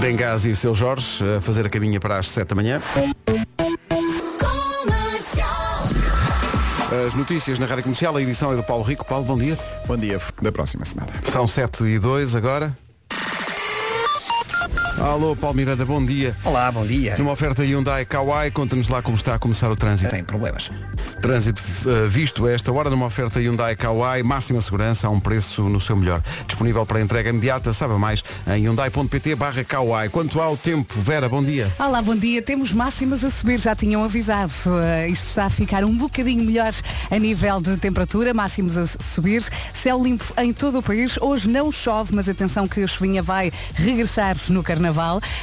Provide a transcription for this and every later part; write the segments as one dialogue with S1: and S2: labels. S1: Dengazi e seu Jorge a fazer a caminha para as 7 da manhã. As notícias na Rádio Comercial, a edição é do Paulo Rico. Paulo, bom dia.
S2: Bom dia, da próxima semana.
S1: São 7 e 2 agora. Alô, Paulo Miranda, bom dia.
S3: Olá, bom dia.
S1: Numa oferta Hyundai Kauai, conta-nos lá como está a começar o trânsito.
S3: Tem problemas.
S1: Trânsito eh, visto a esta hora numa oferta Hyundai Kauai, máxima segurança a um preço no seu melhor. Disponível para entrega imediata, saiba mais em hyundai.pt barra Kauai. Quanto ao tempo, Vera, bom dia.
S4: Olá, bom dia. Temos máximas a subir, já tinham avisado. Eh, isto está a ficar um bocadinho melhor a nível de temperatura, máximos a subir. Céu limpo em todo o país. Hoje não chove, mas atenção que a chuvinha vai regressar no Carnaval.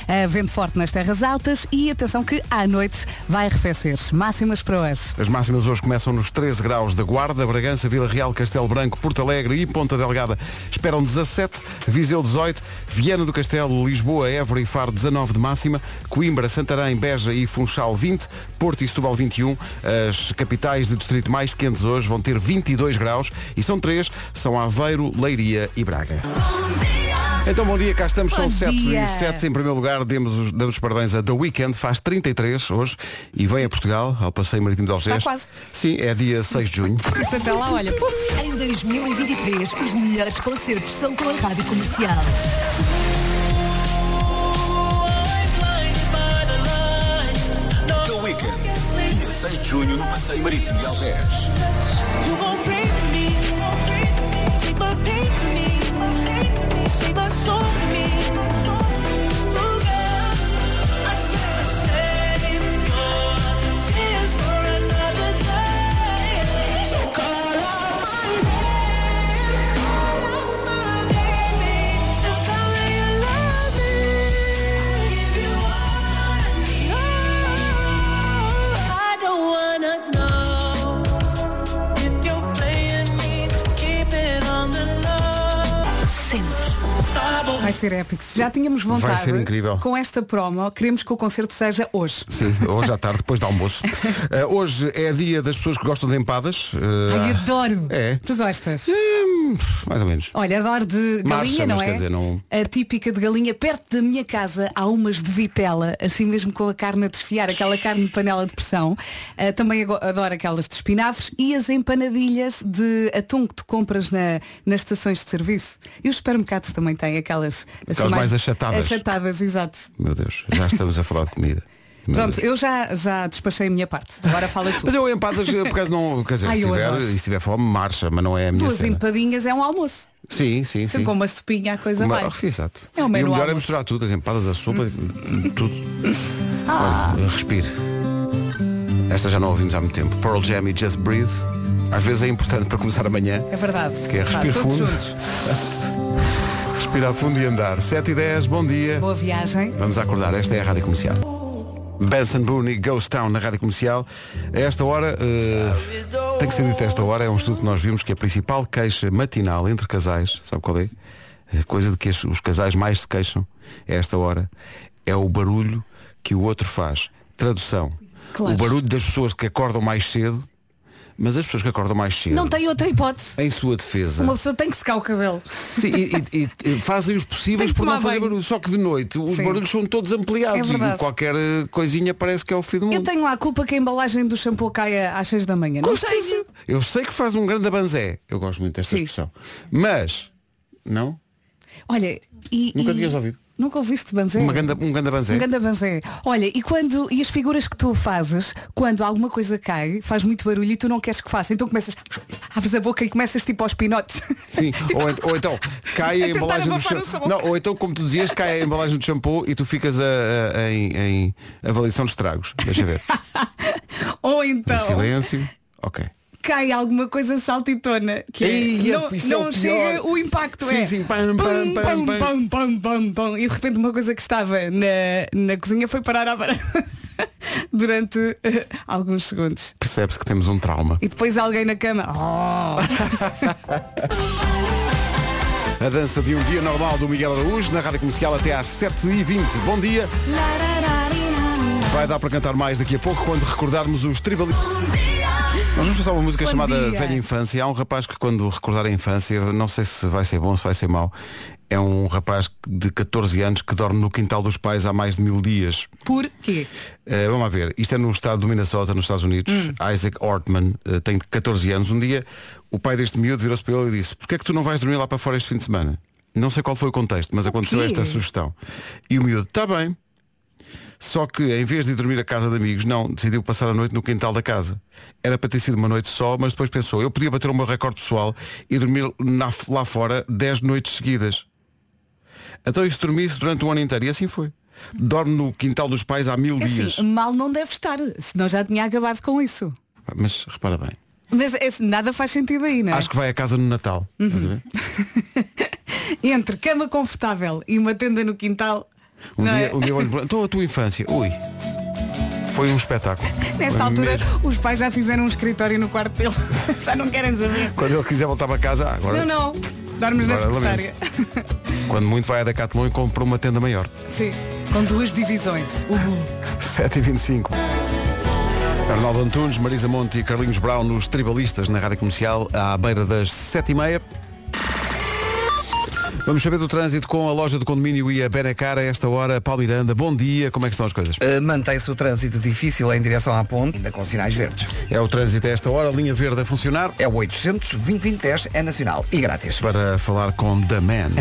S4: Eh, vento forte nas terras altas e atenção que à noite vai arrefecer. Máximas para hoje.
S1: As máximas hoje começam nos 13 graus da Guarda, Bragança, Vila Real, Castelo Branco, Porto Alegre e Ponta Delgada. Esperam 17, Viseu 18, Viana do Castelo, Lisboa, Évora e Faro 19 de máxima, Coimbra, Santarém, Beja e Funchal 20, Porto e Setúbal 21. As capitais de distrito mais quentes hoje vão ter 22 graus e são três, são Aveiro, Leiria e Braga. Então bom dia, cá estamos,
S4: Bom
S1: são 7
S4: dia.
S1: e 7. Em primeiro lugar, demos os, damos os parabéns a The Weekend, faz 33 hoje e vem a Portugal, ao Passeio Marítimo de Algés.
S4: Está quase.
S1: Sim, é dia 6 de junho.
S4: Isto até lá, olha, puf,
S5: Em 2023, os melhores concertos são com a Rádio Comercial.
S6: The Weekend, dia 6 de junho no Passeio Marítimo de Algés.
S7: You gon' pray for me. Take my pain for me. Save my soul for me. Ooh, girl, I said save your tears for another day. So call out my name, call out my name, since I realized it. Give you all I need. Oh, I don't wanna know. If you're playing me, keep it on the low.
S5: Sempre.
S4: vai ser épico. Se já tínhamos vontade
S1: Vai ser incrível.
S4: com esta promo, queremos que o concerto seja hoje.
S1: Sim, hoje à tarde, depois do almoço. Eh, hoje é dia das pessoas que gostam de empadas. eh,
S4: Ai, adoro.
S1: É.
S4: Tu gostas?
S1: hum, mais ou menos.
S4: Olha, adoro de galinha,
S1: Marcha, mas
S4: não
S1: quer
S4: é?
S1: dizer, não-
S4: A típica de galinha. Perto da minha casa há umas de vitela, assim mesmo com a carne a desfiar, aquela carne de panela de pressão. Ah, também ago- adoro aquelas de espinafres e as empanadilhas de atum que tu compras na- nas estações de serviço. E os supermercados também têm aquelas, assim,
S1: Aquelas mais achatadas.
S4: Achatadas, exato.
S1: Meu Deus, já estamos a falar de comida. Meu
S4: Pronto,
S1: Deus.
S4: eu já, já despachei a minha parte. Agora fala tu.
S1: Mas eu empadas, eu, por acaso não. Quer dizer,
S4: Ai,
S1: se,
S4: eu
S1: tiver,
S4: adoro.
S1: se tiver fome, marcha, mas não é a minha
S4: Duas
S1: cena.
S4: empadinhas é um almoço.
S1: Sim, sim, sim.
S4: Com uma sopinha a coisa
S1: Uma-
S4: vai.
S1: Ah, Exato.
S4: É o
S1: e
S4: menu
S1: o melhor é
S4: almoço. Hum.
S1: misturar tudo, as empadas, a sopa, tudo.
S4: Ah.
S1: Olha, respire. Esta já não ouvimos há muito tempo. Pearl Jam e Just Breathe. Às vezes é importante para começar amanhã.
S4: É verdade.
S1: Que é
S4: Vá,
S1: respiro
S4: todos
S1: fundo.
S4: juntos.
S1: Respirar fundo e andar. 7 e 10, bom dia.
S4: Boa viagem.
S1: Vamos acordar, esta é a Rádio Comercial. Benson Boone e Ghost Town na Rádio Comercial. A esta hora, eh, tem que ser dito a esta hora, é um estudo que nós vimos que a principal queixa matinal entre casais, sabe qual é? A coisa de que as- os casais mais se queixam a esta hora é o barulho que o outro faz. Tradução.
S4: Claro.
S1: O barulho das pessoas que acordam mais cedo, mas as pessoas que acordam mais cedo,
S4: Não tem outra hipótese.
S1: em sua defesa,
S4: Uma pessoa tem que secar o cabelo.
S1: Sim, e, e- e- e fazem os
S4: Tem
S1: possíveis
S4: que
S1: por não
S4: tomar
S1: fazer
S4: banho.
S1: barulho. Só que de noite os
S4: Sim.
S1: barulhos são todos ampliados
S4: É
S1: e
S4: verdade.
S1: qualquer eh, coisinha parece que é o fim do mundo.
S4: Eu tenho lá a culpa que a embalagem do shampoo caia às 6 da manhã. Não
S1: Com
S4: sei.
S1: certeza. Eu sei que faz um grande abanzé. Eu gosto muito desta
S4: Sim.
S1: expressão. Mas, não?
S4: Olha, e.
S1: Nunca
S4: e-
S1: tinhas ouvido.
S4: Nunca ouviste Banzé?
S1: Uma grande, um grande abanzé.
S4: Um grande avançé. Olha, e quando e as figuras que tu fazes, quando alguma coisa cai, faz muito barulho e tu não queres que faça, então começas, abres a boca e começas tipo aos pinotes.
S1: Sim,
S4: Tipo,
S1: ou, ent- ou então cai
S4: a
S1: a
S4: tentar
S1: embalagem do
S4: abafar o
S1: shampoo.
S4: som.
S1: Não, ou então, como tu dizias, cai a embalagem do shampoo e tu ficas a- a- a- em, em avaliação de estragos. Deixa ver.
S4: ou
S1: Em
S4: então
S1: silêncio. Ok.
S4: cai alguma coisa saltitona que é,
S1: Ei,
S4: não,
S1: isso é
S4: não
S1: o pior.
S4: chega o impacto
S1: Sim,
S4: é
S1: sim, pam,
S4: pam,
S1: pam, pam,
S4: pam,
S1: pam.
S4: pam, pam, pam, pam. e de repente uma coisa que estava na, na cozinha foi parar à varanda durante eh, alguns segundos
S1: Percebe-se que temos um trauma.
S4: e depois alguém na cama oh,
S1: A dança de um dia normal do Miguel Araújo na Rádio Comercial até às 7h20. Bom dia. Vai dar para cantar mais daqui a pouco quando recordarmos os tribalistas. Nós vamos passar uma música
S4: Bom
S1: chamada
S4: dia.
S1: Velha Infância. Há um rapaz que quando recordar a infância, não sei se vai ser bom, se vai ser mau, é um rapaz de 14 anos que dorme no quintal dos pais há mais de mil dias.
S4: Porquê?
S1: Eh, vamos lá ver, isto é no estado do Minnesota, nos Estados Unidos.
S4: Hum.
S1: Isaac Ortman eh, tem 14 anos. Um dia o pai deste miúdo virou-se para ele e disse, porquê é que tu não vais dormir lá para fora este fim de semana? Não sei qual foi o contexto, mas aconteceu
S4: quê?
S1: esta sugestão. E o miúdo, está bem. Só que em vez de ir dormir à casa de amigos, não, decidiu passar a noite no quintal da casa. Era para ter sido uma noite só, mas depois pensou, eu podia bater o meu recorde pessoal e dormir na- lá fora 10 noites seguidas. Então isso dormisse durante um ano inteiro. E assim foi. Dorme no quintal dos pais há mil
S4: É
S1: dias.
S4: assim, mal não deve estar, senão já tinha acabado com isso.
S1: Ah, Mas repara bem.
S4: Mas é assim, nada faz sentido aí, não é?
S1: Acho que vai à casa no Natal.
S4: Uhum.
S1: Estás a ver?
S4: Entre cama confortável e uma tenda no quintal.
S1: Um,
S4: não
S1: dia,
S4: é?
S1: um dia olho para- Então a tua infância. Ui. Foi um espetáculo.
S4: Nesta
S1: Foi
S4: altura,
S1: mesmo.
S4: os pais já fizeram um escritório no quarto dele. já não querem saber.
S1: Quando ele quiser voltar para casa, ah, agora.
S4: Não, não. Dormes na
S1: Agora
S4: secretária.
S1: Quando muito vai a Decathlon e compra uma tenda maior.
S4: Sim. Com duas divisões.
S1: Uhum.
S4: Uhul.
S1: 7h25. Arnaldo Antunes, Marisa Monte e Carlinhos Brown nos Tribalistas na Rádio Comercial à beira das 7h30. Vamos saber do trânsito com a loja do condomínio e a Benacar a esta hora. Paulo Miranda, bom dia, como é que estão as coisas?
S3: Uh, Mantém-se o trânsito difícil em direção à ponte, ainda com sinais verdes.
S1: É o trânsito a esta hora, linha verde a funcionar.
S3: É o 800 é nacional e grátis.
S1: Para falar com The Man.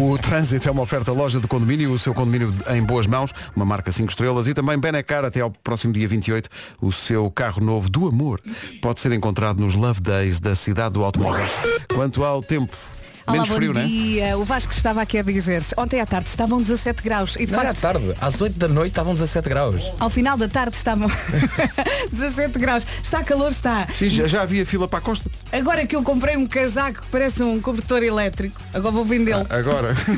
S1: O trânsito é uma oferta loja de condomínio, o seu condomínio em boas mãos, uma marca 5 estrelas e também Benacar até ao próximo dia 28. O seu carro novo do amor pode ser encontrado nos Love Days da cidade do automóvel. Quanto ao tempo,
S4: Olá,
S1: menos
S4: bom
S1: frio, né?
S4: dia. O Vasco estava aqui a dizer ontem à tarde estavam 17 graus e de
S8: Não era à
S4: facto
S8: tarde, às 8 da noite estavam 17 graus.
S1: assim.
S4: ao final da tarde estavam 17 graus. Está calor, está.
S1: Sim, já, já havia fila para a costa.
S4: Agora que eu comprei um casaco que parece um cobertor elétrico, agora vou vendê-lo.
S1: Agora.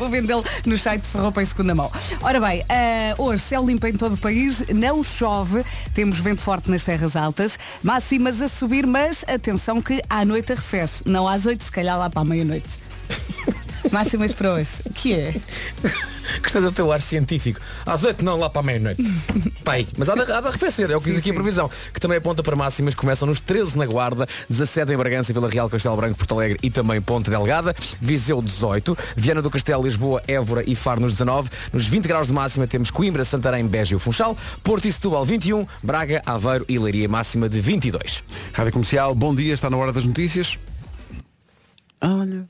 S4: Vou vendê-lo nos sites de roupa em segunda mão. Ora bem, ah, hoje céu limpo em todo o país, não chove, temos vento forte nas terras altas, máximas a subir, mas atenção que à noite arrefece. Não às oito, se calhar lá para a meia-noite. Máximas para hoje. Que é?
S8: Gostei do teu ar científico. Às 8 não, lá para a meia-noite. Pai, mas há de, há de arrefecer, é o que diz aqui a previsão, que também aponta para máximas que começam nos 13 na Guarda, 17 em Bragança, Vila Real, Castelo Branco, Porto Alegre e também Ponte Delgada, Viseu 18, Viana do Castelo, Lisboa, Évora e Faro nos 19, nos 20 graus de máxima temos Coimbra, Santarém, Beja e o Funchal, Porto e Setúbal 21, Braga, Aveiro e Leiria máxima de 22.
S1: Rádio Comercial, bom dia, está na hora das notícias. Olha.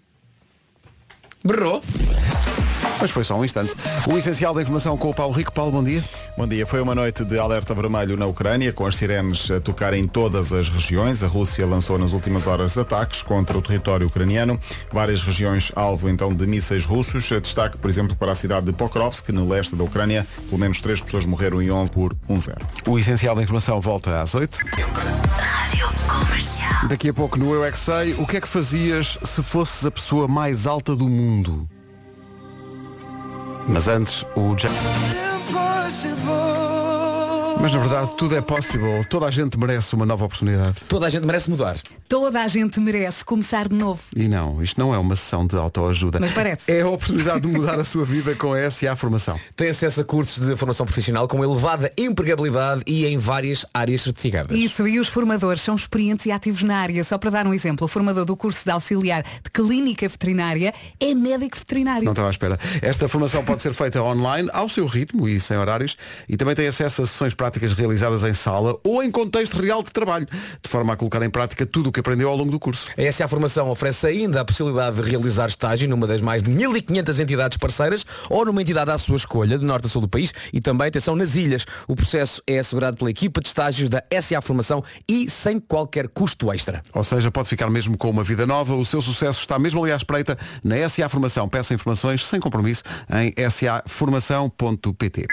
S8: Berrou.
S1: Mas foi só um instante. O essencial da informação com o Paulo Rico. Paulo, bom dia.
S2: Bom dia. Foi uma noite de alerta vermelho na Ucrânia, com as sirenes a tocar em todas as regiões. A Rússia lançou nas últimas horas ataques contra o território ucraniano. Várias regiões alvo, então, de mísseis russos. Destaque, por exemplo, para a cidade de Pokrovsk, no leste da Ucrânia. Pelo menos três pessoas morreram e 11 por 1-0.
S1: O essencial da informação volta às 8. Daqui a pouco no Eu é que Sei, o que é que fazias se fosses a pessoa mais alta do mundo? Mas antes, o Ja- Mas na verdade tudo é possível. Toda a gente merece uma nova oportunidade.
S8: Toda a gente merece mudar.
S4: Toda a gente merece começar de novo.
S1: E não, isto não é uma sessão de autoajuda.
S4: Mas parece.
S1: É a oportunidade de mudar a sua vida com a SA Formação.
S8: Tem acesso a cursos de formação profissional com elevada empregabilidade e em várias áreas certificadas.
S4: Isso, e os formadores são experientes e ativos na área. Só para dar um exemplo, o formador do curso de auxiliar de clínica veterinária é médico veterinário.
S1: Não estava à espera. Esta formação pode ser feita online, ao seu ritmo e sem horários, e também tem acesso a sessões práticas realizadas em sala ou em contexto real de trabalho, de forma a colocar em prática tudo o que aprendeu ao longo do curso.
S8: A SA Formação oferece ainda a possibilidade de realizar estágio numa das mais de 1.500 entidades parceiras ou numa entidade à sua escolha, de norte a sul do país e também, atenção, nas ilhas. O processo é assegurado pela equipa de estágios da SA Formação e sem qualquer custo extra.
S1: Ou seja, pode ficar mesmo com uma vida nova. O seu sucesso está mesmo ali à espreita na SA Formação. Peça informações sem compromisso em saformação.pt.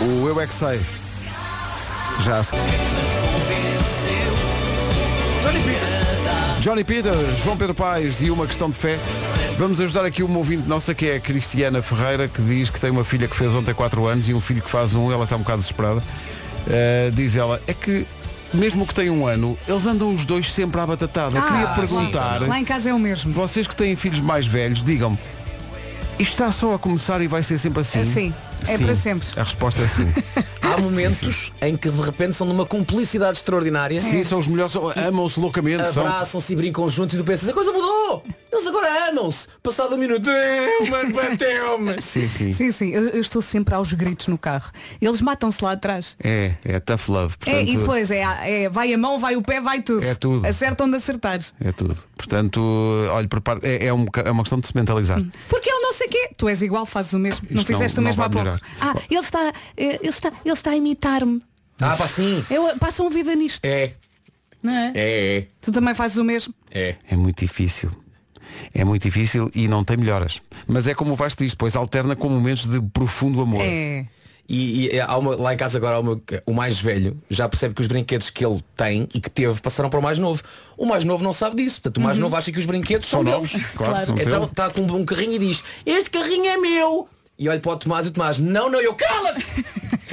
S1: O Eu é que sei. Já se... Johnny Peters, João Pedro Paes e uma questão de fé. Vamos ajudar aqui uma ouvinte nossa que é a Cristiana Ferreira, que diz que tem uma filha que fez ontem 4 anos e um filho que faz um, ela está um bocado desesperada. Uh, diz ela, é que mesmo que tem um ano, eles andam os dois sempre à
S4: Ah,
S1: batatada. Queria perguntar,
S4: Lá em casa é o mesmo.
S1: vocês que têm filhos mais velhos, digam-me, Isto está só a começar e vai ser sempre assim?
S4: É sim. É
S1: Sim.
S4: para sempre.
S1: A resposta é sim.
S8: Há momentos em que de repente são de uma cumplicidade extraordinária.
S4: É.
S1: sim, são os melhores, são- amam-se loucamente. São...
S8: Abraçam-se e brincam juntos e tu pensas, a coisa mudou! Eles agora amam-se! Passado um minuto, "Eh, o mano, bateu-me!
S1: Sim, sim.
S4: Sim, sim, eu, eu estou sempre aos gritos no carro. Eles matam-se lá atrás.
S1: É, é tough love.
S4: É,
S1: Portanto,
S4: e depois é, é, vai a mão, vai o pé, vai tudo.
S1: É tudo.
S4: Acertam de acertar.
S1: É tudo. Portanto, olha, prepara- é, é um boca- é uma questão de se mentalizar.
S4: Porque ele não sei o quê. Tu és igual, fazes o mesmo. não
S1: Isto
S4: fizeste
S1: não-
S4: o
S1: não
S4: mesmo
S1: vai
S4: há pouco.
S1: melhorar.
S4: Ah, ele está, eh, ele está, ele está a imitar-me.
S8: Ah, pá, sim!
S4: Eu passo uma vida nisto,
S8: É,
S4: não é?
S8: é,
S4: Tu também fazes o mesmo.
S8: é.
S1: É muito difícil. É muito difícil e não tem melhoras. Mas é como o Vasco diz, depois alterna com momentos de profundo amor.
S4: É.
S8: E, e há uma, lá em casa agora há uma- o mais velho já percebe que os brinquedos que ele tem e que teve passaram para o mais novo. O mais novo não sabe disso. Portanto, o mais novo acha que os brinquedos são,
S1: novos,
S8: deles.
S1: claro, Claro. são
S8: Então
S1: dele.
S8: está com um carrinho e diz, este carrinho é meu. E olha para o Tomás e o Tomás, não, não, eu cala-te!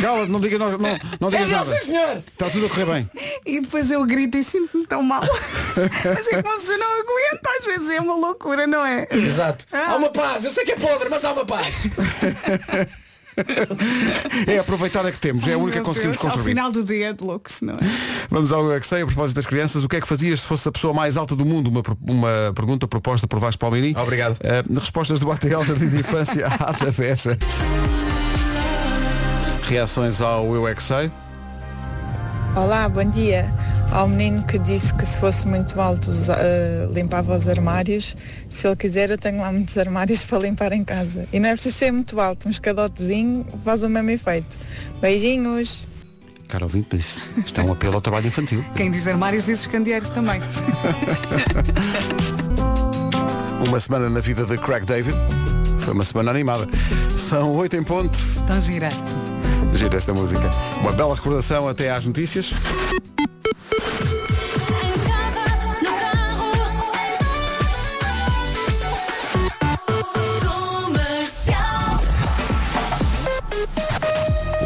S1: Cala, não digas, não, não, não
S8: É
S1: digas
S8: meu,
S1: nada.
S8: sim senhor!
S1: Está tudo a correr bem.
S4: E depois eu grito e sinto-me tão mal. Mas é que você não aguenta, às vezes é uma loucura, não é?
S8: Exato.
S4: Ah.
S8: Há uma paz, eu sei que é podre, mas há uma paz.
S1: É aproveitar a que temos, é a
S4: Ai,
S1: única que
S4: meu
S1: conseguimos
S4: Deus, Ao
S1: construir.
S4: final do dia é de loucos, não é?
S1: Vamos ao Eu É que sei, a propósito das crianças, o que é que fazias se fosse a pessoa mais alta do mundo? Uma, pro- uma pergunta proposta por Vasco Palmini.
S8: Obrigado.
S1: Eh, respostas do ATL Jardim de Infância à da Fecha. Reações ao Eu É que sei.
S9: Olá, bom dia. Há um menino que disse que se fosse muito alto usa- eh, limpava os armários. Se ele quiser, eu tenho lá muitos armários para limpar em casa. E não é preciso ser muito alto, um escadotezinho faz o mesmo efeito. Beijinhos!
S1: Cara ouvinte, mas isto é um apelo ao trabalho infantil.
S4: Quem diz armários diz escandeeiros também.
S1: Uma semana na vida de Craig David. Foi uma semana animada. São oito em ponto.
S4: Então gira.
S1: Gira esta música. Uma bela recordação até às notícias.
S7: Em casa, no carro, comercial.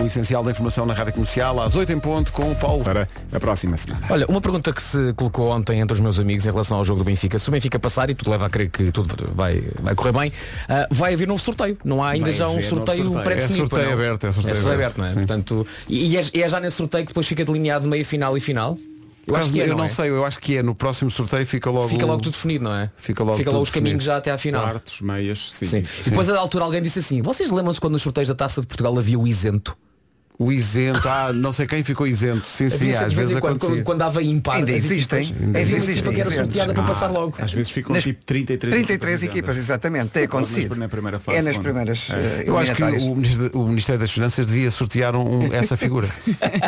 S1: O essencial da informação na Rádio Comercial às oito em ponto com o Paulo.
S2: para a próxima semana.
S8: Olha, uma pergunta que se colocou ontem entre os meus amigos em relação ao jogo do Benfica. Se o Benfica passar, e tudo leva a crer que tudo vai, vai correr bem, ah, vai haver novo sorteio. Não há ainda
S2: Vai
S8: já um
S2: haver novo
S8: sorteio,
S2: sorteio.
S8: pré-definido.
S1: É sorteio
S8: pois não?
S1: aberto, é sorteio aberto,
S8: não é?
S1: sim.
S8: Portanto, e, e é, e é já nesse sorteio que depois fica delineado meia final e final?
S1: Por
S8: Eu acho
S1: acaso,
S8: que é,
S1: eu não
S8: é?
S1: sei, eu acho que é. No próximo sorteio fica logo.
S8: Fica logo tudo definido, não é?
S1: Fica logo tudo
S8: os caminhos
S1: definido.
S8: já até à final.
S2: Quartos, meias, sim.
S8: Sim. E depois a da altura alguém disse assim, vocês lembram-se quando nos sorteios da Taça de Portugal havia o isento?
S1: O isento, ah, não sei quem ficou isento. Sim, sim,
S8: Havia sempre,
S1: às
S8: de vez
S1: vezes
S8: em quando,
S1: acontecia.
S8: quando, quando dava ímpar.
S3: Ainda
S8: as equipas,
S3: existem,
S8: havia uma
S3: ainda
S8: equipa
S3: existem
S8: que era
S3: isentos.
S8: sorteada para
S1: Ah,
S8: passar logo.
S2: Às vezes ficam
S3: Nas-
S2: tipo 33
S3: 33
S2: equipas
S3: equipas,
S2: ligadas.
S3: exatamente, tem
S2: Logo nas-
S3: acontecido.
S2: na primeira fase,
S3: é nas
S2: quando-
S3: primeiras eh,
S1: Eu acho que
S3: eliminatórias.
S1: o Ministério, o Ministério das Finanças devia sortear um- um- essa figura.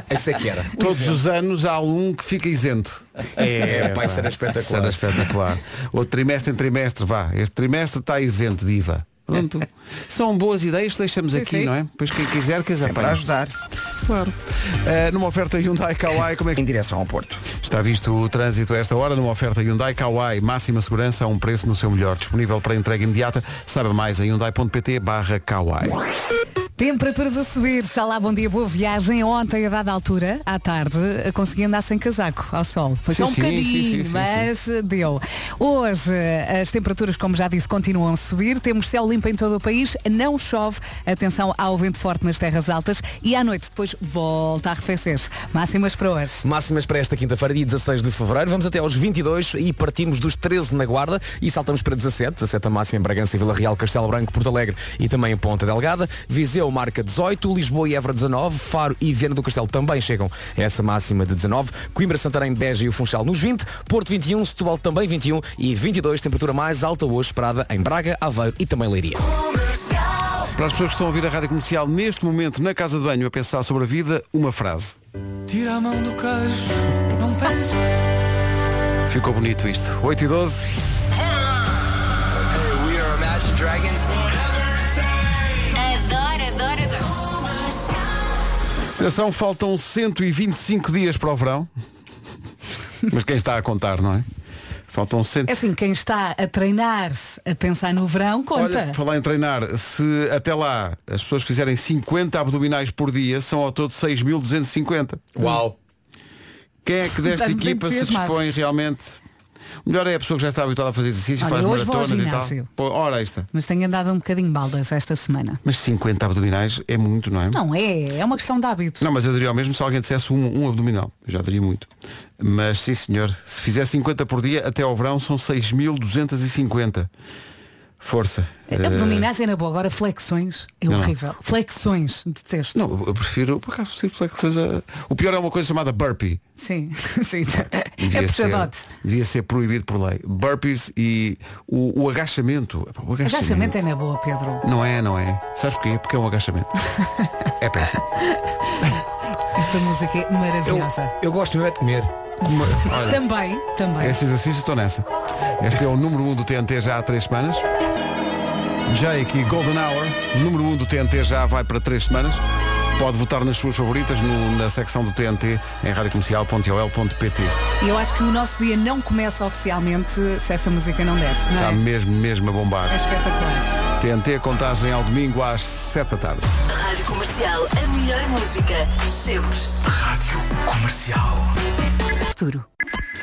S8: Esse é que era.
S1: Todos os anos há um que fica isento.
S8: É, pá, isso era
S1: Isso era
S8: espetacular.
S1: espetacular. Outro trimestre em trimestre, vá. Este trimestre está isento de IVA. Pronto. São boas ideias que deixamos aqui,
S4: sim.
S1: não é? Pois quem quiser que as
S3: Para
S1: apanhe.
S3: ajudar
S1: Eh, numa oferta Hyundai Kauai, como é
S3: em
S1: que
S3: direção ao Porto.
S1: está visto o trânsito a esta hora? Numa oferta Hyundai Kauai, máxima segurança a um preço no seu melhor. Disponível para entrega imediata. Saiba mais em hyundai.pt barra Kauai.
S4: Temperaturas a subir, já lá bom dia, boa viagem. Ontem, a dada altura, à tarde, consegui andar sem casaco ao sol. Foi só um
S1: Sim, sim,
S4: bocadinho,
S1: sim, sim, sim,
S4: mas deu. Hoje, as temperaturas, como já disse, continuam a subir. Temos céu limpo em todo o país, não chove. Atenção ao vento forte nas terras altas e à noite depois volta a arrefecer. Máximas para hoje.
S8: Máximas para esta quinta-feira, dia 16 de fevereiro. Vamos até aos 22 e partimos dos 13 na Guarda e saltamos para 17. 17 a máxima em Bragança, Vila Real, Castelo Branco, Porto Alegre e também em Ponta Delgada. Viseu marca 18, Lisboa e Évora 19, Faro e Viana do Castelo também chegam a essa máxima de 19. Coimbra, Santarém, Beja e o Funchal nos 20, Porto 21, Setúbal também 21 e 22, temperatura mais alta hoje esperada em Braga, Aveiro e também Leiria.
S1: Para as pessoas que estão a ouvir a rádio comercial neste momento, na casa de banho, a pensar sobre a vida, uma frase.
S6: Tira a mão do queijo, não penses.
S1: Ficou bonito isto. 8 e 12.
S5: Adoro, adoro, adoro.
S1: Atenção, faltam 125 dias para o verão. Mas quem está a contar, não é? Faltam 100.
S4: É assim, quem está a treinar, a pensar no verão, conta.
S1: Olha, por falar em treinar, se até lá as pessoas fizerem 50 abdominais por dia, são ao todo 6.250.
S8: Uau!
S1: Quem é que desta
S4: Estás muito
S1: é equipa se
S4: entusiasmado.
S1: dispõe realmente O melhor é a pessoa que já está habituada a fazer exercício,
S4: Olha,
S1: faz
S4: hoje vou ao
S1: maratonas e tal.
S4: ginásio.
S1: Pô, ora esta.
S4: Mas tenho andado um bocadinho baldas esta semana.
S1: Mas 50 abdominais é muito, não é?
S4: Não é, é uma questão de hábito.
S1: Não, mas eu diria ao mesmo se alguém dissesse um, um abdominal. Eu já diria muito. Mas sim senhor, se fizer 50 por dia, até ao verão são 6.250. Força. Eh,
S4: Abdominais é na boa, agora flexões é
S1: Não, não.
S4: horrível. Flexões, detesto.
S1: Não, eu prefiro, por acaso, prefiro flexões a- O pior é uma coisa chamada burpee.
S4: Sim, sim.
S1: Devia,
S4: é
S1: ser,
S4: puxadote.
S1: devia ser proibido por lei. Burpees e o, o agachamento. Epá, O agachamento.
S4: Agachamento é na boa, Pedro.
S1: Não é, não é. Sabes porquê? Porque é um agachamento. é péssimo.
S4: Esta música é
S8: Eu,
S4: maravilhosa.
S8: eu gosto mesmo é de comer.
S1: Como- olha,
S4: Também, também.
S1: esse exercício estou nessa. Este é o número 1 um do TNT já há três semanas. Jake e Golden Hour, número 1 um do TNT já vai para três semanas. Pode votar nas suas favoritas no- na secção do TNT em radiocomercial.ol.pt.
S4: E Eu acho que o nosso dia não começa oficialmente se esta música não desce, não é?
S1: Está mesmo, mesmo a bombar.
S4: É espetacular.
S1: TNT contagem ao domingo às 7 da tarde.
S5: Rádio Comercial, a melhor música, sempre.
S4: Futuro.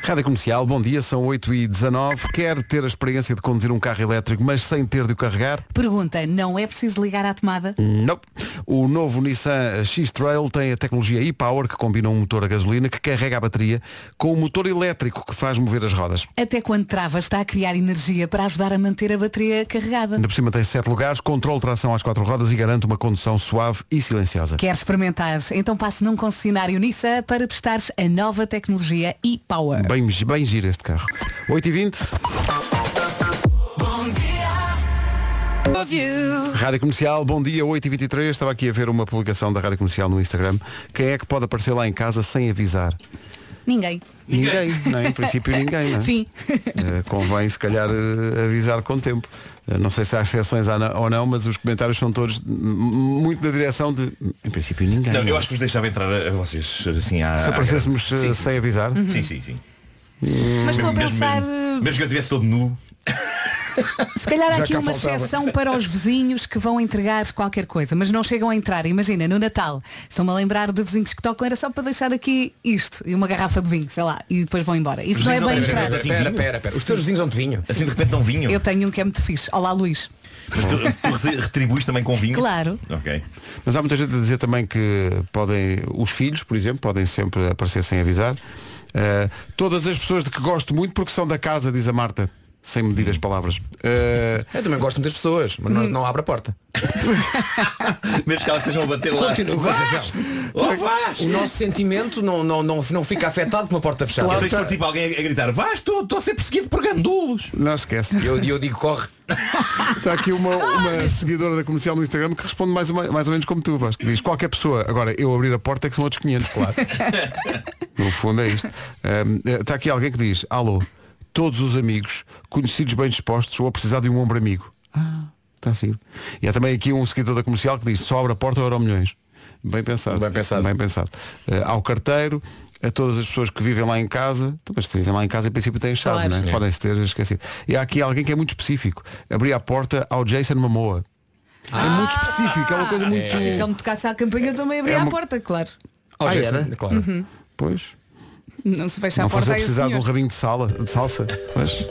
S1: Rádio Comercial, bom dia, são 8 e 19 Quer ter a experiência de conduzir um carro elétrico, mas sem ter de o carregar?
S4: Pergunta, não é preciso ligar à tomada?
S1: Nope. O novo Nissan X-Trail tem a tecnologia e-Power, que combina um motor a gasolina que carrega a bateria com o motor elétrico que faz mover as rodas.
S4: Até quando trava está a criar energia para ajudar a manter a bateria carregada.
S1: Ainda por cima tem 7 lugares, controle de tração às quatro rodas e garante uma condução suave e silenciosa.
S4: Quer experimentar? Então passe num concessionário Nissan para testar a nova tecnologia e-Power.
S1: Bem, bem gira este carro. 8h20. Rádio Comercial, bom dia, 8h23. Estava aqui a ver uma publicação da Rádio Comercial no Instagram. Quem é que pode aparecer lá em casa sem avisar?
S4: Ninguém.
S1: Ninguém, não é? Em princípio ninguém, não é?
S4: Fim.
S1: Eh, convém, se calhar, eh, avisar com tempo. Eh, não sei se há exceções há na- ou não, mas os comentários são todos mm, muito na direção de, em princípio, ninguém.
S10: Não,
S1: não é?
S10: eu acho que vos deixava entrar a, a vocês assim à,
S1: Se aparecêssemos
S10: à
S1: eh,
S10: grande. Sim,
S1: sem avisar.
S10: Sim, sim, sim.
S4: Mas estou a
S10: Mesmo,
S4: pensar, eh,
S10: mesmo, mesmo que eu estivesse todo nu,
S4: se calhar há
S1: Já
S4: aqui
S1: cá
S4: uma
S1: faltava.
S4: exceção para os vizinhos que vão entregar qualquer coisa, mas não chegam a entrar. Imagina, no Natal, estão-me a lembrar de vizinhos que tocam, era só para deixar aqui isto e uma garrafa de vinho, sei lá, e depois vão embora. Isso não é bem
S10: vizinhos não têm
S4: entrar.
S8: Pera,
S10: Assim
S8: pera,
S10: vinho?
S8: pera, pera. Os teus vizinhos não te vinham.
S10: assim de repente não vinham.
S4: Eu tenho um que é muito fixe. Olá, Luís.
S10: Mas tu, tu re- retribuís também com vinho?
S4: Claro.
S10: Ok.
S1: Mas há muita gente a dizer também que podem, os filhos, por exemplo, podem sempre aparecer sem avisar. Eh, todas as pessoas de que gosto muito porque são da casa, diz a Marta, sem medir as palavras. Eh,
S8: Eu também gosto de muitas pessoas, mas
S4: Hum.
S8: não, não abre a porta.
S10: Mesmo que elas estejam a bater lá.
S8: Continua, Vasco.
S10: Oh, Vasco!
S8: O nosso sentimento não, não, não, não fica afetado com uma porta fechada.
S10: Eu tenho de pôr, tipo alguém a a gritar, Vasco, estou- estou a ser perseguido por gandulos.
S1: não esquece.
S8: Eu, eu digo corre.
S1: Está aqui uma, uma seguidora da comercial no Instagram que responde mais ou, me- mais ou menos como tu, Vasco. Diz, qualquer pessoa, agora eu abrir a porta é que são outros 500, claro. no fundo é isto. Ahm, eh, Está aqui alguém que diz, alô, todos os amigos, conhecidos bem dispostos ou a precisar de um ombro amigo. Ah, está a seguir. E há também aqui um seguidor da comercial que diz, só abre a porta ou euro milhões. Bem pensado.
S8: Bem pensado.
S1: Bem pensado. Eh, ao carteiro, a todas as pessoas que vivem lá em casa, então, mas se vivem lá em casa em princípio têm chave,
S4: Claro.
S1: não é?
S4: Sim.
S1: Podem-se ter esquecido. E há aqui alguém que é muito específico. Abri a porta ao Jason Mamoa. É muito específico, é uma coisa muito.
S4: Se ele me tocasse à campanha, eu também abria
S1: É uma-
S4: a porta, claro.
S1: Ah,
S8: Jason,
S1: era?
S8: Claro.
S4: Uhum.
S1: Pois.
S4: Não se fecha
S1: não
S4: a
S1: fosse
S4: porta
S1: eu
S4: aí. assim,
S1: precisar de um rabinho de, sala, de salsa. Mas...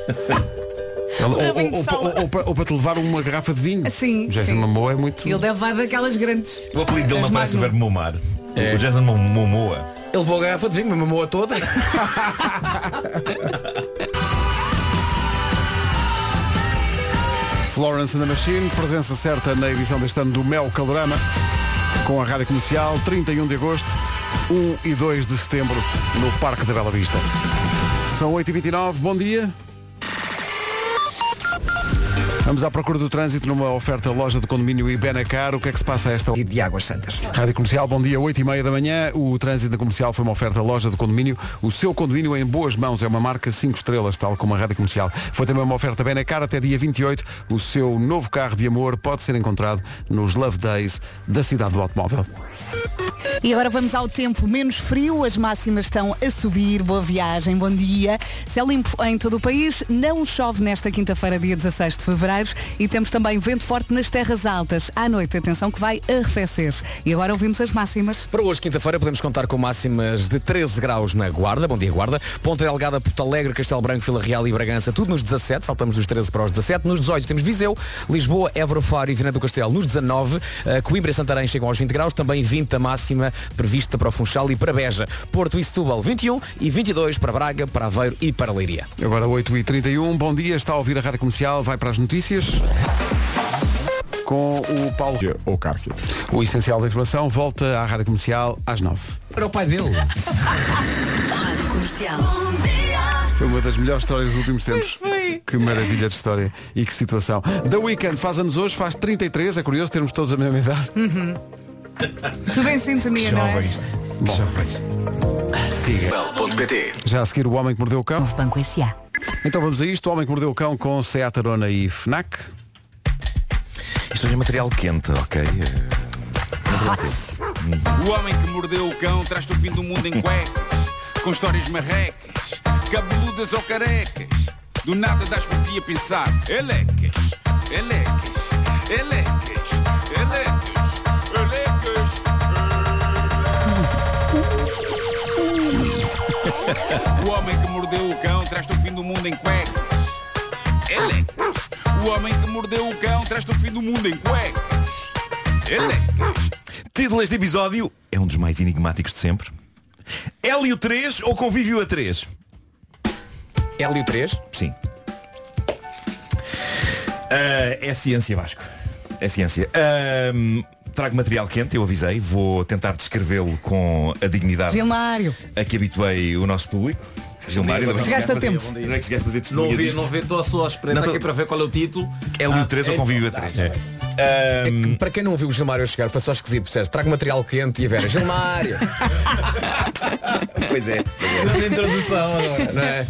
S1: Ele- ou,
S4: rabinho de
S1: ou- ou-
S4: sala.
S1: ou- ou para- ou para te levar uma garrafa de vinho.
S4: Sim,
S1: O Jason
S4: sim.
S1: Mamoa é muito.
S4: Ele deve levar daquelas grandes.
S10: O apelido dele não
S4: Mas
S10: parece o
S4: Magno.
S10: verbo momar.
S3: É.
S10: O Jason Mo- Momoa.
S8: Ele levou a garrafa de vinho, me mamou a toda.
S1: Florence and the Machine, presença certa na edição deste ano do Mel Calorama, com a Rádio Comercial, 31 de agosto, 1 e 2 de setembro, no Parque da Bela Vista. São 8h29, bom dia. Vamos à procura do trânsito numa oferta loja de condomínio Ibenacar. O que é que se passa a esta
S3: E de Águas Santas.
S1: Rádio Comercial, bom dia, 8 e meia da manhã. O trânsito da comercial foi uma oferta à loja do condomínio. O seu condomínio em boas mãos é uma marca 5 estrelas, tal como a Rádio Comercial. Foi também uma oferta bem na cara até dia 28. O seu novo carro de amor pode ser encontrado nos Love Days da cidade do automóvel.
S4: E agora vamos ao tempo menos frio, as máximas estão a subir, boa viagem, bom dia. Céu limpo em todo o país, não chove nesta quinta-feira, dia 16 de fevereiro, e temos também vento forte nas terras altas. À noite, atenção que vai arrefecer. E agora ouvimos as máximas.
S8: Para hoje, quinta-feira, podemos contar com máximas de 13 graus na Guarda, bom dia Guarda, Ponta Delgada, Porto Alegre, Castelo Branco, Vila Real e Bragança, tudo nos 17, saltamos dos 13 para os 17, nos 18 temos Viseu, Lisboa, Évora, Faro e Viana do Castelo, nos 19, eh, Coimbra e Santarém chegam aos 20 graus, também 20 a máxima prevista para o Funchal e para Beja, Porto e Setúbal 21 e 22 para Braga, para Aveiro e para Leiria.
S1: Agora 8h31, bom dia, está a ouvir a Rádio Comercial, vai para as notícias. Com o Paulo
S3: eh,
S2: ou Cárquio.
S1: O essencial da informação volta à Rádio Comercial às 9.
S8: Era o pai dele.
S5: Rádio Comercial.
S1: Foi uma das melhores histórias dos últimos tempos. Que maravilha de história e que situação. The Weeknd faz anos hoje, faz 33, é curioso termos todos a mesma idade.
S4: Uhum. Tudo em sintonia, não é?
S1: Bom.
S6: Mel.pt
S1: Já a seguir o Homem que Mordeu o Cão.
S5: Banco S.A.
S1: Então vamos a isto, o Homem que Mordeu o Cão com Seat Arona e Fnac.
S11: Isto hoje é material quente, ok? Uhum. Eh,
S6: O homem que mordeu o cão traz-te o fim do mundo em cuecas, com histórias marrecas, cabeludas ou carecas. Do nada das por ti a pensar, elecas, elecas, elecas, elecas, elecas. O homem que mordeu o cão traz-te o fim do mundo em cuecas. Elecas. O homem que mordeu o cão traz-te o fim do mundo em cuecas. Elecas.
S11: Título deste episódio é um dos mais enigmáticos de sempre. Hélio 3 ou convívio a 3?
S8: Hélio 3.
S11: Sim. Ah, é ciência, Vasco. É ciência. Ahm, trago material quente, eu avisei. Vou tentar descrevê-lo com a dignidade
S4: Gilmário.
S11: a que habituei o nosso público. Gilmário, ainda bem que
S4: Chegaste a
S11: chegaste
S4: tempo.
S11: a fazer- ainda bem que chegaste a fazer
S10: Não
S11: testemunha
S10: ouvi,
S11: disto.
S10: não ouvi, estou só à
S11: Não
S10: espreita
S11: tô-
S10: aqui para ver qual é o título.
S11: Hélio
S10: Ah,
S11: 3 ou
S10: é-
S11: convívio a 3?
S10: Hum.
S8: É que, para quem não ouviu o Gilmário a chegar, foi só esquisito, percebes? Trago material quente e a Vera, Gilmário,
S11: Pois é.
S10: Grande introdução agora.
S8: não é?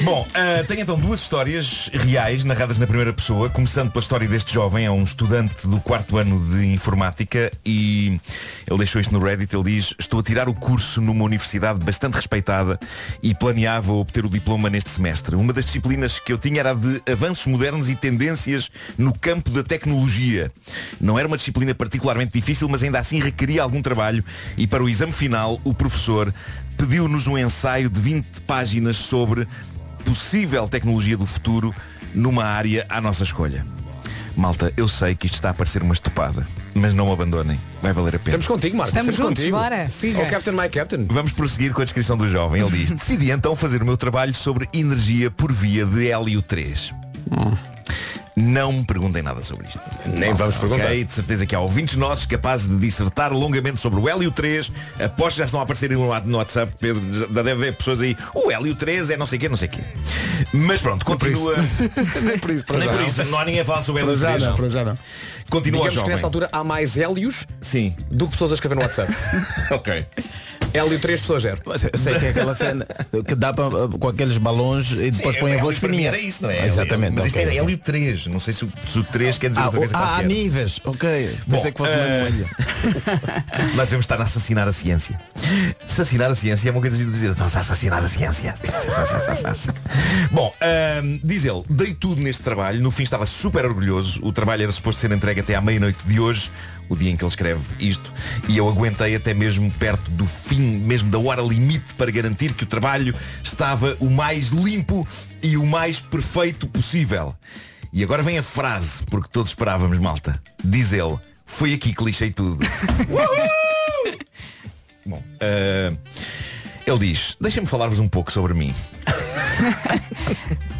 S11: Bom, ah, tenho então duas histórias reais narradas na primeira pessoa, começando pela história deste jovem, é um estudante do quarto ano de informática e ele deixou isto no Reddit, ele diz, estou a tirar o curso numa universidade bastante respeitada e planeava obter o diploma neste semestre. Uma das disciplinas que eu tinha era a de avanços modernos e tendências no campo da tecnologia. Não era uma disciplina particularmente difícil, mas ainda assim requeria algum trabalho e para o exame final o professor pediu-nos um ensaio de 20 páginas sobre possível tecnologia do futuro numa área à nossa escolha. Malta, eu sei que isto está a parecer uma estupada, mas não abandonem, vai valer a pena.
S8: Estamos contigo, Marcos.
S4: Estamos
S8: sempre
S4: juntos,
S8: contigo.
S4: bora, siga.
S8: Oh, Captain, my Captain.
S11: Vamos prosseguir com a descrição do jovem. Ele diz, decidi então fazer o meu trabalho sobre energia por via de hélio 3. Não me perguntem nada sobre isto.
S8: Nem vamos
S11: Ok,
S8: perguntar.
S11: de certeza que há ouvintes nossos capazes de dissertar longamente sobre o Hélio 3. Aposto que já estão a aparecer no no WhatsApp, Pedro. Já deve haver pessoas aí. O Hélio 3 é não sei quê, não sei quê. Mas pronto, continua.
S1: Nem por isso, para
S11: Nem
S1: já.
S11: por
S1: não.
S11: isso, não há ninguém a falar sobre o
S1: Para
S11: Hélio
S1: já
S11: 3.
S1: não,
S11: não.
S1: para já não.
S11: Continua
S8: Digamos que
S11: jovem.
S8: nessa altura há mais Hélios
S11: Sim,
S8: do que pessoas a escrever no WhatsApp.
S11: ok.
S8: Hélio 3, pessoa 0.
S10: Mas eu sei que é aquela cena que dá para, com aqueles balões e depois
S11: É,
S10: põe a
S11: Hélio
S10: voz
S11: para mim
S10: fininha.
S11: Era isso, não é?
S10: Ah, Exatamente.
S11: Mas isto
S10: ok.
S11: era Hélio 3. Não sei se o, se o 3 quer dizer
S10: Ah,
S11: outra coisa
S10: o- ah, há
S11: qualquer.
S10: níveis, ok. Pensei que fosse uma
S11: eh,
S10: coisa.
S11: Nós devemos estar a assassinar a ciência. Assassinar a ciência é uma coisa de dizer, estamos a assassinar a ciência. Bom, ahm, diz ele, dei tudo neste trabalho, no fim estava super orgulhoso, o trabalho era suposto ser entregue até à meia-noite de hoje, o dia em que ele escreve isto, e eu aguentei até mesmo perto do fim, mesmo da hora limite, para garantir que o trabalho estava o mais limpo e o mais perfeito possível. E agora vem a frase, porque todos esperávamos, malta. Diz ele, foi aqui que lixei tudo. Bom, eh, ele diz, deixem-me falar-vos um pouco sobre mim.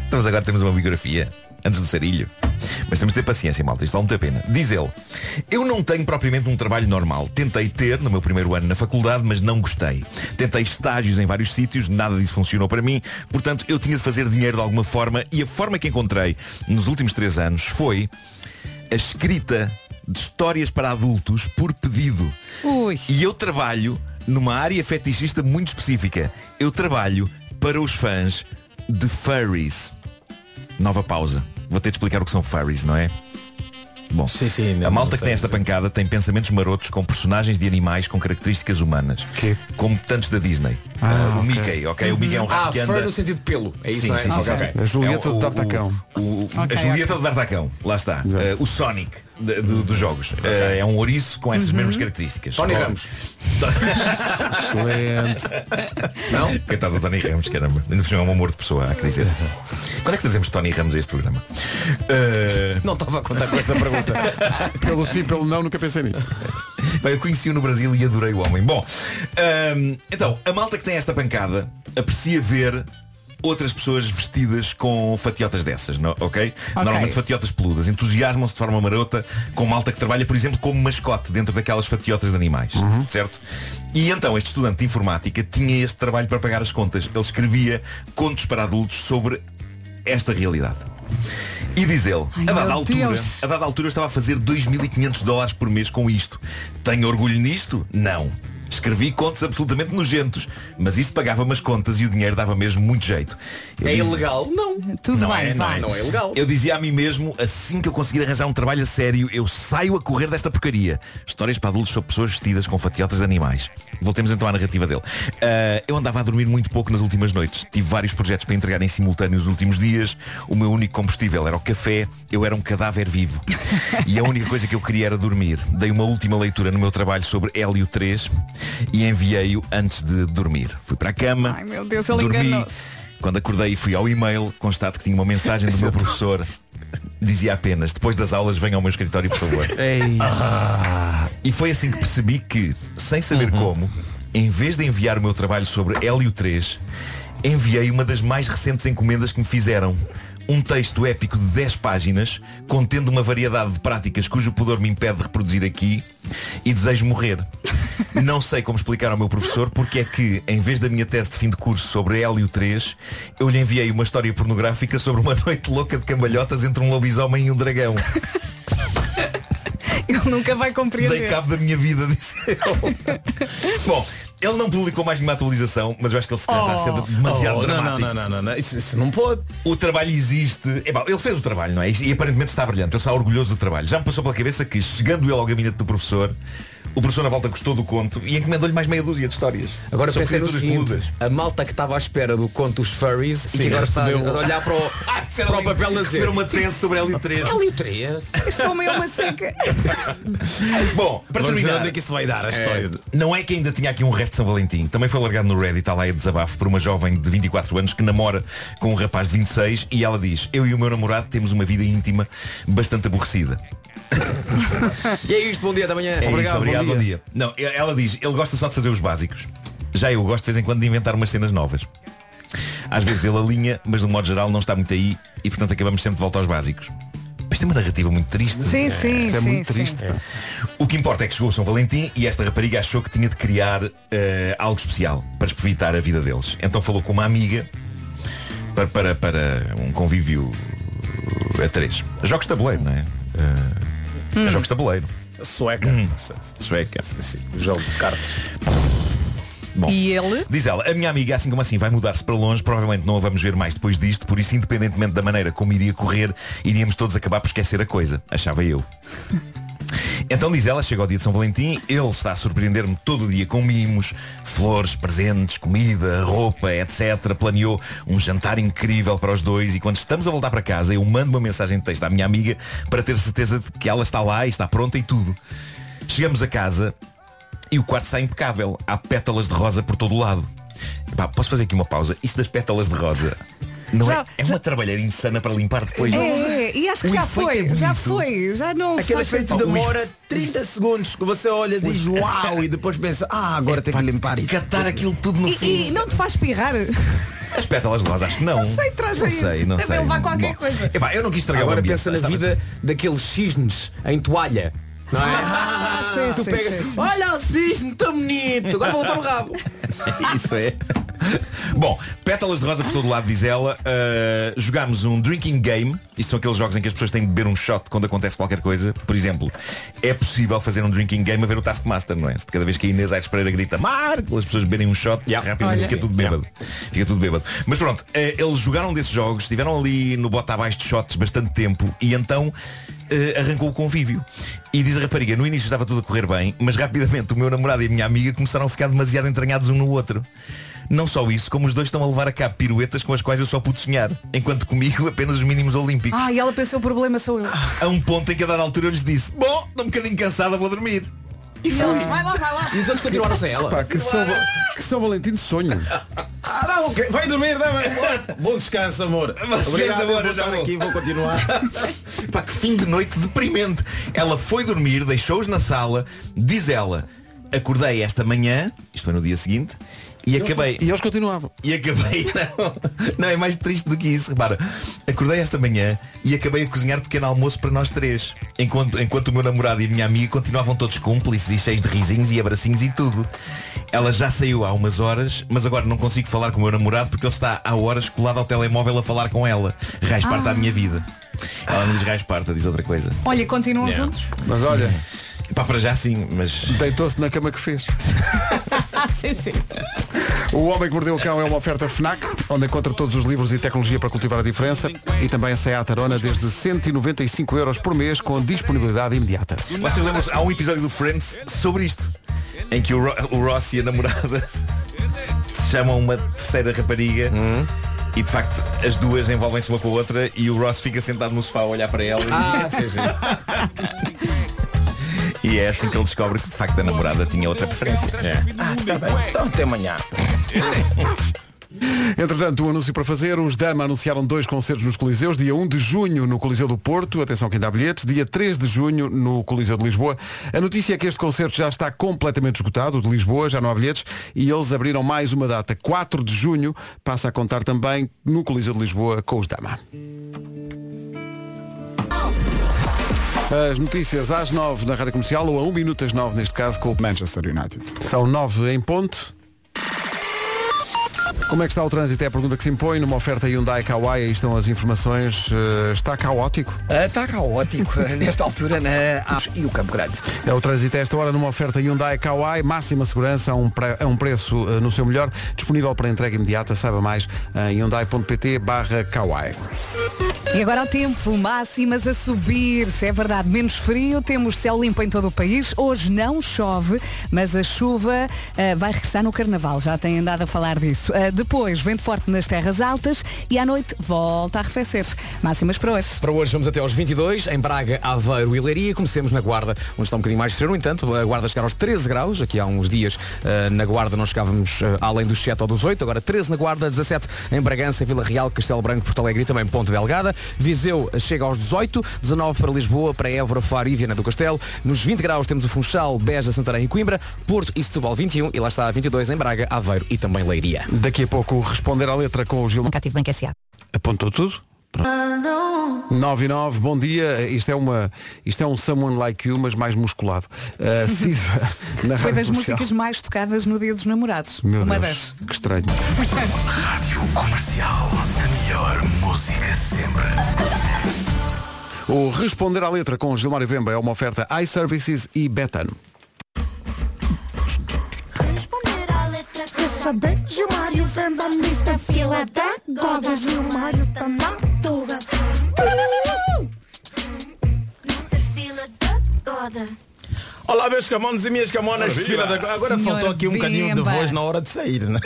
S11: Então, mas agora temos uma biografia, antes do sarilho. Mas temos de ter paciência, malta, isto vale muito a pena. Diz ele, eu não tenho propriamente um trabalho normal. Tentei ter no meu primeiro ano na faculdade, mas não gostei. Tentei estágios em vários sítios, nada disso funcionou para mim. Portanto, eu tinha de fazer dinheiro de alguma forma e a forma que encontrei nos últimos três anos foi a escrita de histórias para adultos por pedido.
S4: Ui.
S11: E eu trabalho numa área fetichista muito específica. Eu trabalho para os fãs de furries. Nova pausa. Vou ter de explicar o que são furries, não é? Bom, a malta que tem esta pancada tem pensamentos marotos com personagens de animais com características humanas. Como tantos da Disney.
S8: Ah,
S11: Ah, o
S8: ok.
S11: Mickey, ok? O Mickey é um rato
S8: Ah,
S11: que
S8: fur
S11: anda...
S8: no sentido de pelo. É isso,
S11: sim,
S8: não é?
S11: Sim, sim,
S8: Ok.
S11: sim.
S8: A Julieta
S11: É o-
S8: do
S11: o-
S8: Tartacão.
S11: o- o-
S8: Ok,
S11: A Julieta
S8: ok.
S11: do Tartacão, lá está. Eh, o Sonic de- do- dos jogos. Eh, é um ouriço com essas
S8: Uhum.
S11: mesmas características.
S8: Tony
S11: Bom,
S8: Ramos.
S11: Excelente. Não? Coitado do Tony Ramos, caramba. Ainda por cima é um amor de pessoa, há que dizer.
S8: Uhum.
S11: Quando é que trazemos Tony Ramos a este programa? Eh,
S8: Não estava a contar com esta pergunta.
S1: pelo sim, pelo não, nunca pensei nisso.
S11: Bem, eu conheci-o no Brasil e adorei o homem. Bom, hum, então, a malta que tem esta pancada aprecia ver outras pessoas vestidas com fatiotas dessas, no- ok? Normalmente fatiotas peludas. Entusiasmam-se de forma marota com malta que trabalha, por exemplo, como mascote dentro daquelas fatiotas de animais,
S7: Uhum.
S11: certo? E então este estudante de informática tinha este trabalho para pagar as contas. Ele escrevia contos para adultos sobre esta realidade. E diz ele,
S7: Ai,
S11: a dada
S7: meu
S11: altura,
S7: Deus.
S11: a dada altura eu estava a fazer 2.500 dólares por mês com isto. Tenho orgulho nisto? Não. Escrevi contos absolutamente nojentos, mas isso pagava-me as contas e o dinheiro dava mesmo muito jeito. Eu
S8: É
S11: disse-
S8: ilegal? Não. Tudo
S11: não
S8: bem,
S11: é,
S8: vai.
S11: Não é.
S8: Não é ilegal.
S11: Eu dizia a mim mesmo, assim que eu conseguir arranjar um trabalho a sério, eu saio a correr desta porcaria. Histórias para adultos sobre pessoas vestidas com fatiotas de animais. Voltemos então à narrativa dele. Ah, eu andava a dormir muito pouco nas últimas noites. Tive vários projetos para entregar em simultâneo nos últimos dias. O meu único combustível era o café. Eu era um cadáver vivo. E a única coisa que eu queria era dormir. Dei uma última leitura no meu trabalho sobre Hélio 3 e enviei-o antes de dormir. Fui para a cama.
S4: Ai, meu Deus, ele
S11: dormi.
S4: enganou-se.
S11: Quando acordei e fui ao e-mail, constato que tinha uma mensagem do meu professor. Dizia apenas, depois das aulas venha ao meu escritório, por favor. Ah, e foi assim que percebi que, sem saber como, em vez de enviar o meu trabalho sobre Hélio 3, enviei uma das mais recentes encomendas que me fizeram. Um texto épico de 10 páginas, contendo uma variedade de práticas cujo pudor me impede de reproduzir aqui, e desejo morrer. Não sei como explicar ao meu professor porque é que, em vez da minha tese de fim de curso sobre Hélio 3, eu lhe enviei uma história pornográfica sobre uma noite louca de cambalhotas entre um lobisomem e um dragão.
S4: Ele nunca vai compreender.
S11: Dei cabo da minha vida, disse eu. Bom, ele não publicou mais nenhuma atualização, mas eu acho que ele se calhar está a ser
S10: Oh.
S11: demasiado
S10: Oh, não,
S11: dramático.
S10: não, não,
S11: Isso, não pode. O trabalho existe. Epá, ele fez o trabalho, não é? E aparentemente está brilhante. Ele está orgulhoso do trabalho. Já me passou pela cabeça que, chegando ele ao gabinete do professor, o professor na volta gostou do conto e encomendou-lhe mais meia dúzia de histórias.
S8: Agora
S11: Sobre
S8: pensei no
S11: criaturas
S8: seguinte,
S11: peludas.
S8: a malta que estava à espera do conto dos furries e que
S11: Sim,
S8: agora está a
S11: recebeu-
S8: olhar para o,
S11: Ah, isso era
S8: para o
S11: lindo.
S8: papel É um a dizer.
S11: Receberam uma tese sobre L3.
S8: L3?
S4: Estou meio uma seca.
S11: Bom, para
S10: Vamos ver
S11: terminar,
S10: onde é que isso vai dar, a
S11: É,
S10: história de-
S11: não é que ainda tinha aqui um resto de São Valentim. Também foi largado no Reddit, há lá é desabafo, por uma jovem de 24 anos que namora com um rapaz de 26 e ela diz, eu e o meu namorado temos uma vida íntima bastante aborrecida.
S8: E é isto, bom dia da manhã.
S11: É isso, obrigado, bom, dia. Não, e- ela diz, ele gosta só de fazer os básicos. Já eu gosto de vez em quando de inventar umas cenas novas. Às vezes ele alinha, mas de um modo geral não está muito aí e portanto acabamos sempre de volta aos básicos. Isto é uma narrativa muito triste.
S7: Sim, sim,
S11: Isto é
S7: sim,
S11: muito
S7: sim.
S11: triste. pá. O que importa é que chegou o São Valentim e esta rapariga achou que tinha de criar eh, algo especial para evitar a vida deles. Então falou com uma amiga para, para, para um convívio eh, a três. Jogos de tabuleiro, não é? Eh,
S10: Hum.
S11: Jogos de tabuleiro.
S10: Sueca.
S2: Hum.
S11: Sueca.
S10: Jogo de cartas.
S11: Bom.
S4: E ele?
S11: Diz ela, a minha amiga, assim como assim, vai mudar-se para longe, provavelmente não a vamos ver mais depois disto, por isso, independentemente da maneira como iria correr, iríamos todos acabar por esquecer a coisa, achava eu. Então diz ela, chega ao dia de São Valentim, ele está a surpreender-me todo o dia com mimos, flores, presentes, comida, roupa, etc. Planeou um jantar incrível para os dois e quando estamos a voltar para casa eu mando uma mensagem de texto à minha amiga para ter certeza de que ela está lá e está pronta e tudo. Chegamos a casa e o quarto está impecável. Há pétalas de rosa por todo o lado. Epá, posso fazer aqui uma pausa? Isto das pétalas de rosa não é, é uma trabalheira insana para limpar depois.
S4: É, e acho que
S11: O
S4: já
S11: efeito
S4: foi,
S11: é
S4: já
S11: bonito.
S4: foi, já não.
S10: Aquele
S4: faz
S10: efeito
S4: sentido.
S10: demora 30 segundos que você olha, diz
S4: é.
S10: uau e depois pensa, ah, agora tem que limpar isso.
S11: Catar aquilo tudo
S4: E- E, não te faz pirrar.
S11: As pétalas de rosa, acho que não. Não
S4: sei, traz aí.
S11: sei, não
S4: Deve
S11: sei.
S4: levar qualquer
S11: Bom,
S4: coisa.
S11: epá, eu não quis estragar o
S8: Agora
S11: ambiente,
S8: pensa na
S11: estava-
S8: vida daqueles cisnes em toalha. Não é?
S7: Ah,
S4: sim,
S8: tu
S4: sim,
S8: pegas,
S4: sim.
S8: olha o cisne tão bonito, agora vou botar o rabo.
S11: Isso é. Bom, pétalas de rosa por todo lado, diz ela. Uh, jogámos um drinking game. Isto são aqueles jogos em que as pessoas têm de beber um shot quando acontece qualquer coisa. Por exemplo, é possível fazer um drinking game a ver o Taskmaster, não é? Se de cada vez que a Inês Aires Pereira grita Marco, as pessoas beberem um shot, rápido
S10: Olha.
S11: fica tudo bêbado. Fica tudo bêbado. Mas eh, pronto, uh, eles jogaram desses jogos, estiveram ali no bota abaixo de shots bastante tempo e então eh, arrancou o convívio. E diz a rapariga, no início estava tudo a correr bem, mas rapidamente o meu namorado e a minha amiga começaram a ficar demasiado entranhados um no outro. Não só isso, como os dois estão a levar a cabo piruetas com as quais eu só pude sonhar, enquanto comigo apenas os mínimos olímpicos.
S4: Ah, e ela pensou o problema sou eu.
S11: A um ponto em que a dada altura eu lhes disse, bom, estou um bocadinho cansada, vou dormir.
S4: E ela, vai lá, vai lá.
S11: E os outros continuaram sem ela.
S1: Pá, que, São, que São Valentim de sonho.
S10: Ah, não, ok. vai dormir, dá Bom descanso, amor.
S11: Obrigado, eu vou
S10: vou
S11: estar
S10: aqui,
S11: aqui,
S10: vou continuar.
S11: Pá, que fim de noite deprimente. Ela foi dormir, deixou-os na sala, diz ela, acordei esta manhã, isto foi no dia seguinte, e acabei.
S1: E eles continuavam.
S11: E acabei. Não, não, é mais triste do que isso, repara. Acordei esta manhã e acabei a cozinhar pequeno almoço para nós três. Enquanto, enquanto o meu namorado e a minha amiga continuavam todos cúmplices e cheios de risinhos e abracinhos e tudo. Ela já saiu há umas horas, mas agora não consigo falar com o meu namorado porque ele está há horas colado ao telemóvel a falar com ela. Raiz parte da minha vida. Ela não diz raiz parte, diz outra coisa.
S4: Olha, continuam
S11: Yeah.
S4: juntos.
S1: Mas olha,
S11: Pá, para já sim, mas.
S1: deitou-se na cama que fez.
S4: sim, sim.
S1: O Homem que Mordeu o Cão é uma oferta FNAC, onde encontra todos os livros e tecnologia para cultivar a diferença e também a Seat Arona desde 195 euros por mês com disponibilidade imediata.
S11: Vocês lembram-se, há um episódio do Friends sobre isto, em que o, Ro o Ross e a namorada chamam uma terceira rapariga e de facto as duas envolvem-se uma com a outra e o Ross fica sentado no sofá a olhar para ela e,
S8: Ah, sim, sim.
S11: e é assim que ele descobre que de facto a namorada tinha outra preferência. É.
S10: Então até amanhã.
S1: Entretanto, um anúncio para fazer. Os Dama anunciaram dois concertos nos Coliseus. Dia 1 de junho no Coliseu do Porto. Atenção quem dá bilhetes. Dia 3 de junho no Coliseu de Lisboa. A notícia é que este concerto já está completamente esgotado. O de Lisboa já não há bilhetes. E eles abriram mais uma data. 4 de junho passa a contar também no Coliseu de Lisboa com os Dama. As notícias às 9 na Rádio Comercial ou a 1 minuto às 9 neste caso com o
S2: Manchester United.
S1: são nove em ponto. Como é que está o trânsito? É a pergunta que se impõe numa oferta Hyundai Kauai. Aí estão as informações. Eh, está caótico.
S3: Ah, Está caótico nesta altura na A e o Campo Grande.
S1: É o trânsito a esta hora numa oferta Hyundai Kauai. Máxima segurança a um, pre- a um preço eh, no seu melhor. Disponível para entrega imediata. Saiba mais em hyundai.pt barra Kauai.
S4: E agora o tempo, máximas a subir, é verdade, menos frio, temos céu limpo em todo o país, hoje não chove, mas a chuva ah, vai regressar no Carnaval, já tem andado a falar disso. Ah, depois, vento forte nas terras altas e à noite volta a arrefecer. Máximas para hoje.
S8: Para hoje vamos até aos 22, em Braga, Aveiro e Leiria. Comecemos na Guarda, onde está um bocadinho mais frio. No entanto, a Guarda chegar aos 13 graus. Aqui há uns dias eh, na Guarda não chegávamos eh, além dos 7 ou dos 8. Agora 13 na Guarda, 17 em Bragança, Vila Real, Castelo Branco, Porto Alegre e também Ponte Delgada. Viseu eh, chega aos 18, 19 para Lisboa, para Évora, Faro e Viana do Castelo. Nos 20 graus temos o Funchal, Beja, Santarém e Coimbra, Porto e Setúbal 21 e lá está 22 em Braga, Aveiro e também Leiria.
S1: Daqui a pouco responder à letra com o Gil.
S5: Nunca tive banco S.A.
S1: Apontou tudo? 9 e 9, bom dia. Isto é, uma, isto é um Someone Like You, mas mais musculado. Eh, Cisa,
S4: Foi
S1: na Rádio
S4: das
S1: Comercial.
S4: músicas mais tocadas no Dia dos Namorados.
S1: Meu
S4: Uma
S1: Deus,
S4: das.
S1: que estranho.
S7: Rádio Comercial, a melhor música sempre.
S1: O Responder à Letra com Gilmário Vemba é uma oferta iServices e Betano.
S7: Responder à letra quer saber Gilmário vem da mista fila da goda Gilmário tá na tuga Mr. Fila da goda
S10: Olá meus camones e minhas camonas. Filha da... Agora
S4: Senhor
S10: faltou aqui um bocadinho de
S4: Vemba.
S10: voz na hora de sair, né?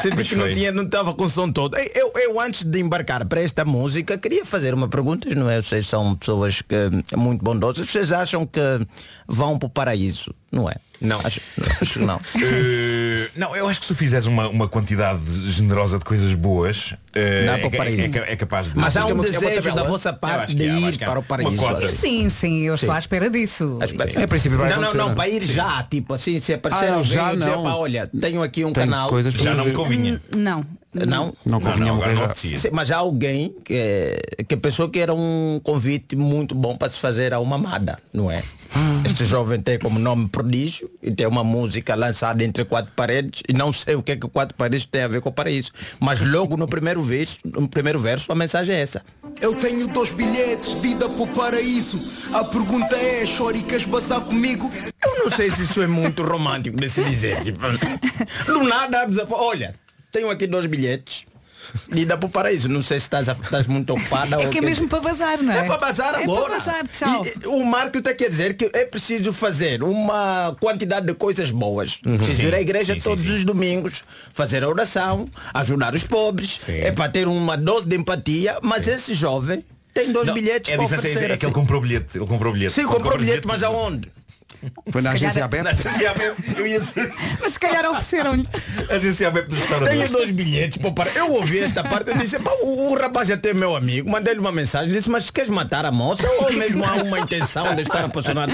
S10: Senti
S11: Mas
S10: que não
S11: foi.
S10: tinha, não estava com o som todo. Ei, Eu, eu antes de embarcar para esta música queria fazer uma pergunta, não é? Vocês são pessoas que hum, muito bondosas. Vocês acham que vão para o paraíso, não é?
S11: Não.
S10: Acho, acho que não.
S11: Eh, não, eu acho que se tu fizeres uma, uma quantidade generosa de coisas boas, eh,
S10: Dá
S11: é,
S10: para o
S11: ca-
S10: paraíso.
S11: é ca- é capaz de.
S10: Mas há
S11: Acho que é
S10: um
S11: uma- é uma
S10: desejo
S11: tabela.
S10: da vossa
S11: Eu
S10: parte
S11: acho
S10: de
S11: que há, eu
S10: ir
S11: acho que há.
S10: para o paraíso.
S11: Uma cota.
S10: acho.
S4: Sim, sim, eu estou à espera disso.
S1: É, em princípio vai
S10: não, não,
S1: acontecer,
S10: não,
S1: é?
S10: para ir já, tipo assim, se aparecer
S1: Ah, não,
S10: alguém
S1: já
S10: eu dizer,
S1: não.
S10: pá, olha, tenho aqui um
S1: Tenho
S10: canal.
S1: coisas para
S11: Já não me
S1: fazer.
S11: convinha.
S4: Não.
S10: Não? é
S1: Não
S11: Não,
S1: convinha
S11: não, agora
S1: morrer
S11: não
S1: já.
S11: apetecia.
S10: Sim, Mas há alguém que, é, que pensou que era um convite muito bom para se fazer a uma amada, não é?
S4: Ah.
S10: Este jovem tem como nome prodígio e tem uma música lançada entre quatro paredes e não sei o que é que quatro paredes tem a ver com o paraíso. Mas logo no primeiro verso, no primeiro verso a mensagem é essa.
S12: Eu tenho dois bilhetes de ida para o paraíso. A pergunta é, choricas bazar comigo?
S10: Eu não sei se isso é muito romântico de se dizer. Tipo, do nada, a pessoa, olha, tenho aqui dois bilhetes. Lida para o paraíso. Não sei se estás, a- estás muito ocupada
S4: É
S10: ou
S4: que é
S10: quê.
S4: mesmo para bazar, não é?
S10: É para bazar
S4: É
S10: agora.
S4: para bazar, tchau.
S10: E, e, o Marco está quer dizer que é preciso fazer uma quantidade de coisas boas.
S8: Uhum.
S10: Preciso ir à
S8: Sim,
S10: igreja
S8: sim, sim,
S10: todos
S8: sim.
S10: os domingos, fazer a oração, ajudar os pobres. É para ter uma dose de empatia, mas esse jovem tem dois
S11: Não,
S10: bilhetes
S11: é a
S10: para
S11: diferença é,
S10: oferecer.
S11: é que ele
S10: assim.
S11: comprou o bilhete. Ele comprou o bilhete.
S10: Sim, comprou bilhete, mas aonde?
S1: Foi
S10: na Se agência
S11: ABEP?
S10: calhar-
S11: Na agência ABEP. Eu ia dizer.
S4: Mas se calhar ofereceram-lhe.
S11: Agência ABEP dos
S10: Tenho
S11: restauradores.
S10: dois bilhetes para o paraíso. Eu ouvi esta parte e disse, "Pá, o, o rapaz até é meu amigo, mandei-lhe uma mensagem, disse, mas queres matar a moça ou mesmo há uma intenção de estar apaixonado?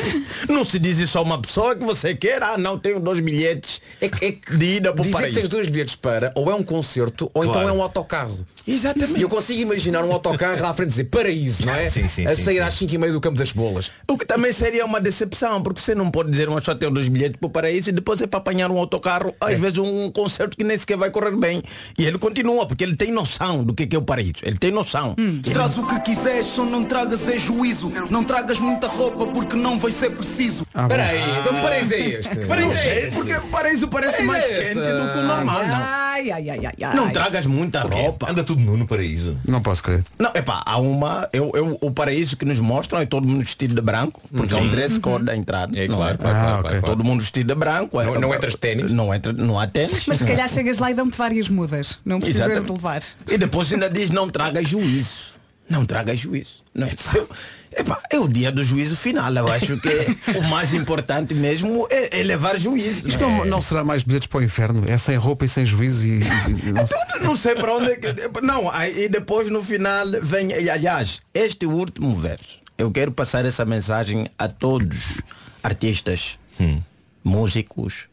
S10: Não se diz isso a uma pessoa que você quer, ah não, tenho dois bilhetes é, de ida para o
S8: Dizer que
S10: paraíso.
S8: tens dois bilhetes para, ou é um concerto, ou então
S10: Claro.
S8: é um autocarro.
S10: Exatamente.
S8: E eu consigo imaginar um autocarro lá à frente dizer paraíso, não é?
S10: Sim, sim,
S8: a
S10: sim,
S8: sair
S10: sim.
S8: às 5 e meia do campo das bolas.
S10: O que também seria uma decepção, porque você não pode dizer, mas só tenho dois bilhetes para o paraíso e depois é para apanhar um autocarro, às vezes um concerto que nem sequer vai correr bem. E ele continua, porque ele tem noção do que que é o paraíso. Ele tem noção. Que ele-
S12: Traz o que quiseres, só não tragas é juízo. Não tragas muita roupa porque não vai ser preciso.
S8: bom. Peraí, então que paraíso é este?
S10: Paraíso
S8: Não
S10: é
S8: sei,
S10: este, porque paraíso parece
S8: Paraíso
S10: mais
S8: é este.
S10: quente do que o normal, não.
S4: Ai, ai, ai, ai, ai.
S10: Não tragas muita roupa. Anda
S11: tudo nu no paraíso.
S1: Não posso crer.
S10: Não, epá, há uma. Eu, eu, o paraíso que nos mostram é todo mundo vestido de branco, porque é um
S8: Sim. Uhum.
S10: dress code da entrada. não É,
S8: claro, claro, Ah, claro, ok. claro.
S10: Todo mundo vestido de branco.
S8: Não- não entras de
S10: ténis. Não, entra, não há ténis.
S4: Mas se calhar chegas lá e dão-te várias mudas. Não precisas de
S10: Exatamente.
S4: levar.
S10: E depois ainda diz não traga juízo. Não traga juízo. Não é, seu, epá, é o dia do juízo final. Eu acho que o mais importante mesmo é, é levar juízo.
S1: Isto não, não será mais bilhetes para o inferno? É sem roupa e sem juízo e. e- e não sei.
S10: Não sei para onde. é que- Não, aí e depois no final vem. e, Aliás, este último verso. Eu quero passar essa mensagem a todos: artistas,
S11: Hum.
S10: músicos,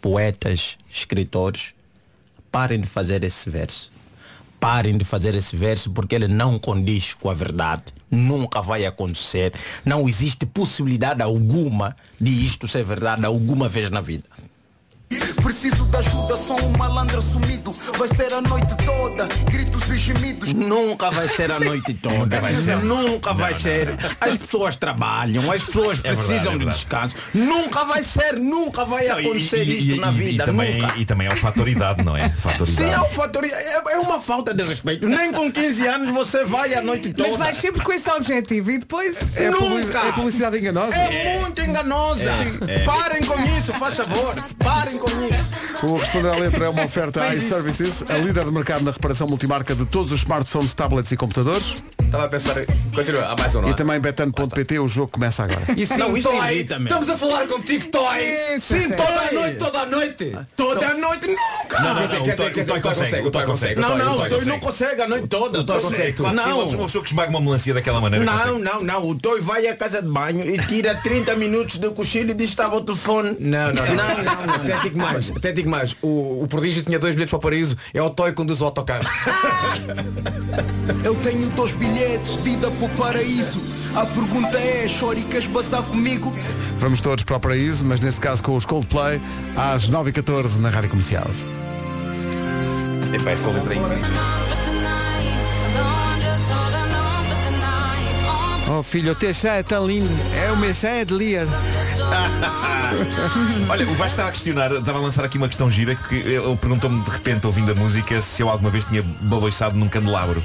S10: poetas, escritores. Parem de fazer esse verso. Parem de fazer esse verso porque ele não condiz com a verdade. Nunca vai acontecer. Não existe possibilidade alguma de isto ser verdade alguma vez na vida.
S12: Preciso de ajuda, sou um malandro assumido. Vai ser a noite toda, gritos e gemidos.
S10: Nunca vai ser a noite toda.
S11: é
S12: vai ser.
S10: Nunca vai ser. As pessoas trabalham, as pessoas
S11: É verdade,
S10: precisam
S11: é
S10: de
S11: verdade.
S10: descanso. Nunca vai ser, nunca vai
S11: Não, e-
S10: É acontecer
S11: e-
S10: isto
S11: e-
S10: na
S11: e-
S10: vida.
S11: E também,
S10: nunca.
S11: e também é o fator idade, não é? Fator
S10: Sim, é,
S11: idade.
S10: um fator, é, é uma falta de respeito. Nem com 15 anos você vai a noite toda.
S4: Mas vais sempre com esse objetivo e depois.
S10: Então É
S4: nunca.
S10: publicidade- é publicidade
S1: enganosa.
S10: É muito enganosa.
S1: É, é.
S10: Parem com isso, faz favor. Parem com isso.
S1: O Responder à Letra é uma oferta à iServices, a líder de mercado na reparação multimarca de todos os smartphones, tablets e computadores.
S8: Estava a pensar. Continua, há mais um não
S1: E
S8: há?
S1: também betano.pt, o jogo começa agora.
S8: E sim,
S11: um
S10: Não, isto
S8: Toy,
S10: irrita-me.
S8: estamos a falar contigo, Toy!
S10: Isso,
S8: Sim,
S10: sim.
S8: toda a
S10: Toy.
S8: noite, toda a noite!
S10: Toda noite nunca!
S8: Não, não, não, o Toy- o Toy consegue, o Toy consegue, o
S10: Não,
S8: Toy- o
S10: não,
S8: Toy
S10: o Toy não
S8: consegue.
S10: consegue a noite toda.
S11: O Toy consegue tudo. Sim,
S10: Não,
S11: uma pessoa- uma pessoa que esmaga uma melancia daquela maneira
S10: Não,
S11: consegue.
S10: não, não. O Toy vai à casa de banho e tira 30 minutos de cochilo e diz que estava o telefone.
S8: Não, não, não.
S10: Não, não, não.
S8: Até digo mais, até digo mais. O, o prodígio tinha dois bilhetes para o paraíso, é o Toy que conduz o autocarro.
S12: Eu tenho dois bilhetes de ida para o paraíso. A pergunta é, choricas bazar comigo?
S1: Vamos todos para o paraíso, mas neste caso com os Coldplay, às 9h14 na Rádio Comercial.
S11: Epá, essa letra é aí.
S1: Oh filho, o teu chá é tão lindo. É o meu chá é de Lia.
S11: Olha, o Vasco estava a questionar, estava a lançar aqui uma questão gira que ele perguntou-me de repente, ouvindo a música, se eu alguma vez tinha baloiçado num candelabro.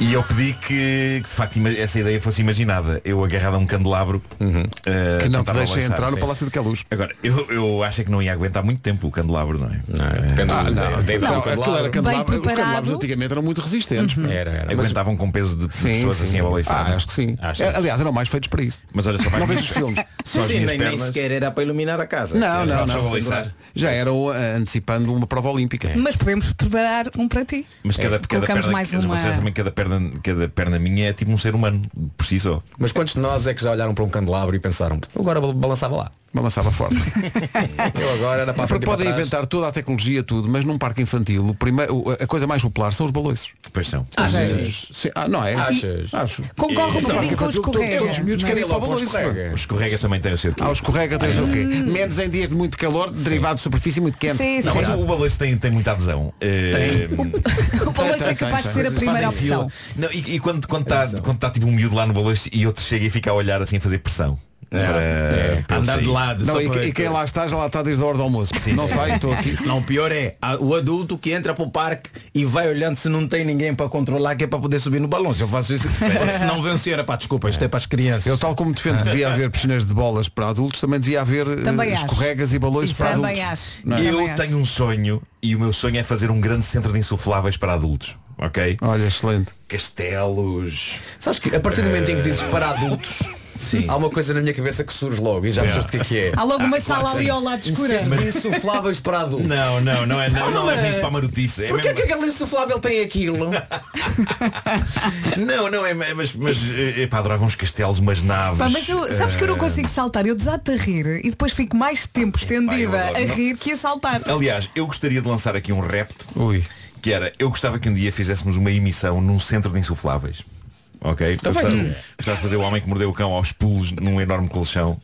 S11: E eu pedi que, que, de facto ima- essa ideia fosse imaginada. Eu agarrado a um candelabro eh,
S1: Uhum.
S8: Então
S1: Que não te
S8: tá
S11: tentava
S1: deixa
S11: balançar,
S1: entrar no
S11: sim.
S1: Palácio de Queluz.
S11: Agora, eu, eu acho é que não ia aguentar muito tempo o candelabro, não é? Não,
S8: depende
S10: Ah,
S8: do-
S1: não,
S8: deve ser um
S1: não, aquilo
S8: candelabro.
S1: era candelabro. Os
S8: Bem
S1: candelabros
S8: preparado. Uhum. É.
S1: antigamente eram muito resistentes.
S11: Era, era. Aguentavam com peso de pessoas assim abaliçadas.
S8: né?
S1: Ah, acho que sim. É, aliás, eram mais feitos para isso.
S11: Mas olha só para
S1: Não
S11: as
S1: vejo os
S11: minhas-
S1: filmes.
S11: Só as
S10: Sim,
S11: minhas
S10: nem, nem
S11: pernas.
S10: sequer era para iluminar a casa.
S1: Não,
S10: Era
S1: não,
S10: só para
S1: não.
S10: balizar.
S1: Já eram ah, antecipando uma prova olímpica.
S4: Mas podemos preparar um para ti.
S11: Mas cada,
S4: É,
S11: cada
S4: Colocamos
S11: perna,
S4: mais
S11: mas
S4: uma.
S11: vocês também, cada, perna, cada perna minha é tipo um ser humano, por si só.
S8: Mas quantos de nós é que já olharam para um candelabro e pensaram, "Eu agora bal- balançava lá.
S1: Balançava forte.
S10: É.
S8: Eu agora era para
S1: Porque
S8: a frente e para
S1: podem
S8: trás.
S1: inventar toda a tecnologia, tudo, mas num parque infantil, o primeiro, a coisa mais popular são os baloiços.
S11: Pois são.
S1: Sim, sim. Ah, não é?
S8: Achas?
S1: Acho.
S4: Concorre
S11: é
S4: um
S1: Sim.
S4: bocadinho com os
S1: Todos- todos
S4: escorrega.
S1: Os miúdos
S4: não é?
S1: querem ir
S8: Logo
S1: logo
S8: para o
S1: baloiço.
S8: escorrega.
S11: O escorrega também tem o seu quê?
S1: Ah, o escorrega tens o quê? Menos em dias de muito calor, derivado de superfície muito quente.
S4: Sim,
S11: Não,
S4: sim.
S11: mas o balanço tem, tem muita adesão. Eh,
S4: O balanço é capaz de ser a
S11: Fazem
S4: primeira
S11: fila.
S4: opção.
S11: Não, e, e quando está quando tá, quando tá, tipo um miúdo lá no balanço e outro chega e fica a olhar assim a fazer pressão.
S1: para- para
S10: Andar
S1: sair.
S10: de lado.
S1: Não,
S10: só
S1: e,
S10: para-
S1: e quem lá está já lá está desde a hora do almoço. não sai, estou aqui.
S10: Não, o pior é a- o adulto que entra para o parque e vai olhando se não tem ninguém para controlar, que é para poder subir no balão. Se eu faço isso, porque se não vê um senhor, é pá, desculpa, isto é para as crianças.
S1: Eu, tal como defendo, devia haver piscinas de bolas para adultos, também devia haver eh,
S4: Também acho.
S1: escorregas e balões para adultos. Não é?
S11: um- Eu tenho um sonho e o meu sonho é fazer um grande centro de insufláveis para adultos. Ok?
S1: Olha, excelente.
S11: Castelos.
S8: Sabes que a partir do momento em que dizes
S11: Eh,
S8: para adultos, há uma coisa na minha cabeça que surge logo e já
S11: Yeah.
S8: percebeste o que é que é.
S11: Há logo uma
S8: claro
S11: sala
S8: que
S11: ali
S8: sim.
S11: ao lado
S8: Um
S11: escura.
S8: centro de
S11: Mas-
S8: insufláveis para adultos.
S11: Não, não, não é. Não, não, é isto para a marotice. É
S8: Porquê
S11: mesmo-
S8: que aquele insuflável tem aquilo?
S11: Não, não, é, é- mas, mas eh, epá, adorava uns castelos, umas naves.
S4: Pá, mas eu, sabes que eu não
S11: eh,
S4: consigo saltar, eu desato a rir e depois fico mais tempo estendida
S11: adoro.
S4: a
S11: Não-
S4: rir que a saltar.
S11: Aliás, eu gostaria de lançar aqui um repto. Que era, eu gostava que um dia fizéssemos uma emissão num centro de insufláveis. Ok?
S4: Então
S8: Tá
S11: Gostava,
S8: feito.
S11: gostava de fazer o homem que mordeu o cão aos pulos num enorme colchão.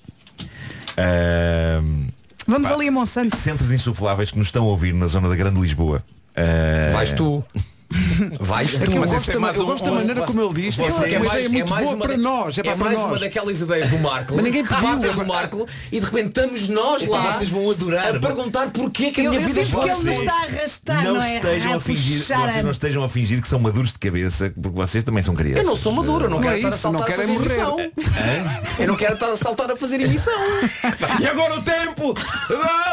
S11: Ahm,
S4: Vamos ali a Monsanto.
S11: Centros de insufláveis que nos estão a ouvir na zona da Grande Lisboa. Ah,
S8: Vais tu. Vais
S11: É que
S8: tu.
S11: eu gosto da-
S1: um
S8: um-
S11: eu gosto da maneira como ele diz. É uma ideia muito boa
S8: uma
S11: para
S8: da-
S11: nós, é para
S8: mais
S11: nós.
S8: uma daquelas ideias do Marco.
S11: Mas ninguém pediu.
S8: Rápido do Marco e de repente estamos
S10: É
S8: nós
S11: Epá,
S8: lá.
S11: vocês vão adorar.
S8: A perguntar porquê que a
S4: Eu-
S8: minha
S4: eu
S8: vida
S4: sinto que é ele
S11: Vocês
S4: nos está a arrastar, não,
S11: não
S4: é?
S11: estejam a fingir,
S4: puxar
S11: vocês não estejam a fingir que são maduros de cabeça, porque vocês também são crianças.
S8: Eu não sou maduro, eu não, É?
S11: Não
S8: quero
S11: é
S8: estar a
S11: isso, não
S8: saltar a
S11: quero
S8: fazer
S11: é morrer.
S8: emissão. Eu não quero estar a saltar a fazer emissão.
S11: e agora o tempo!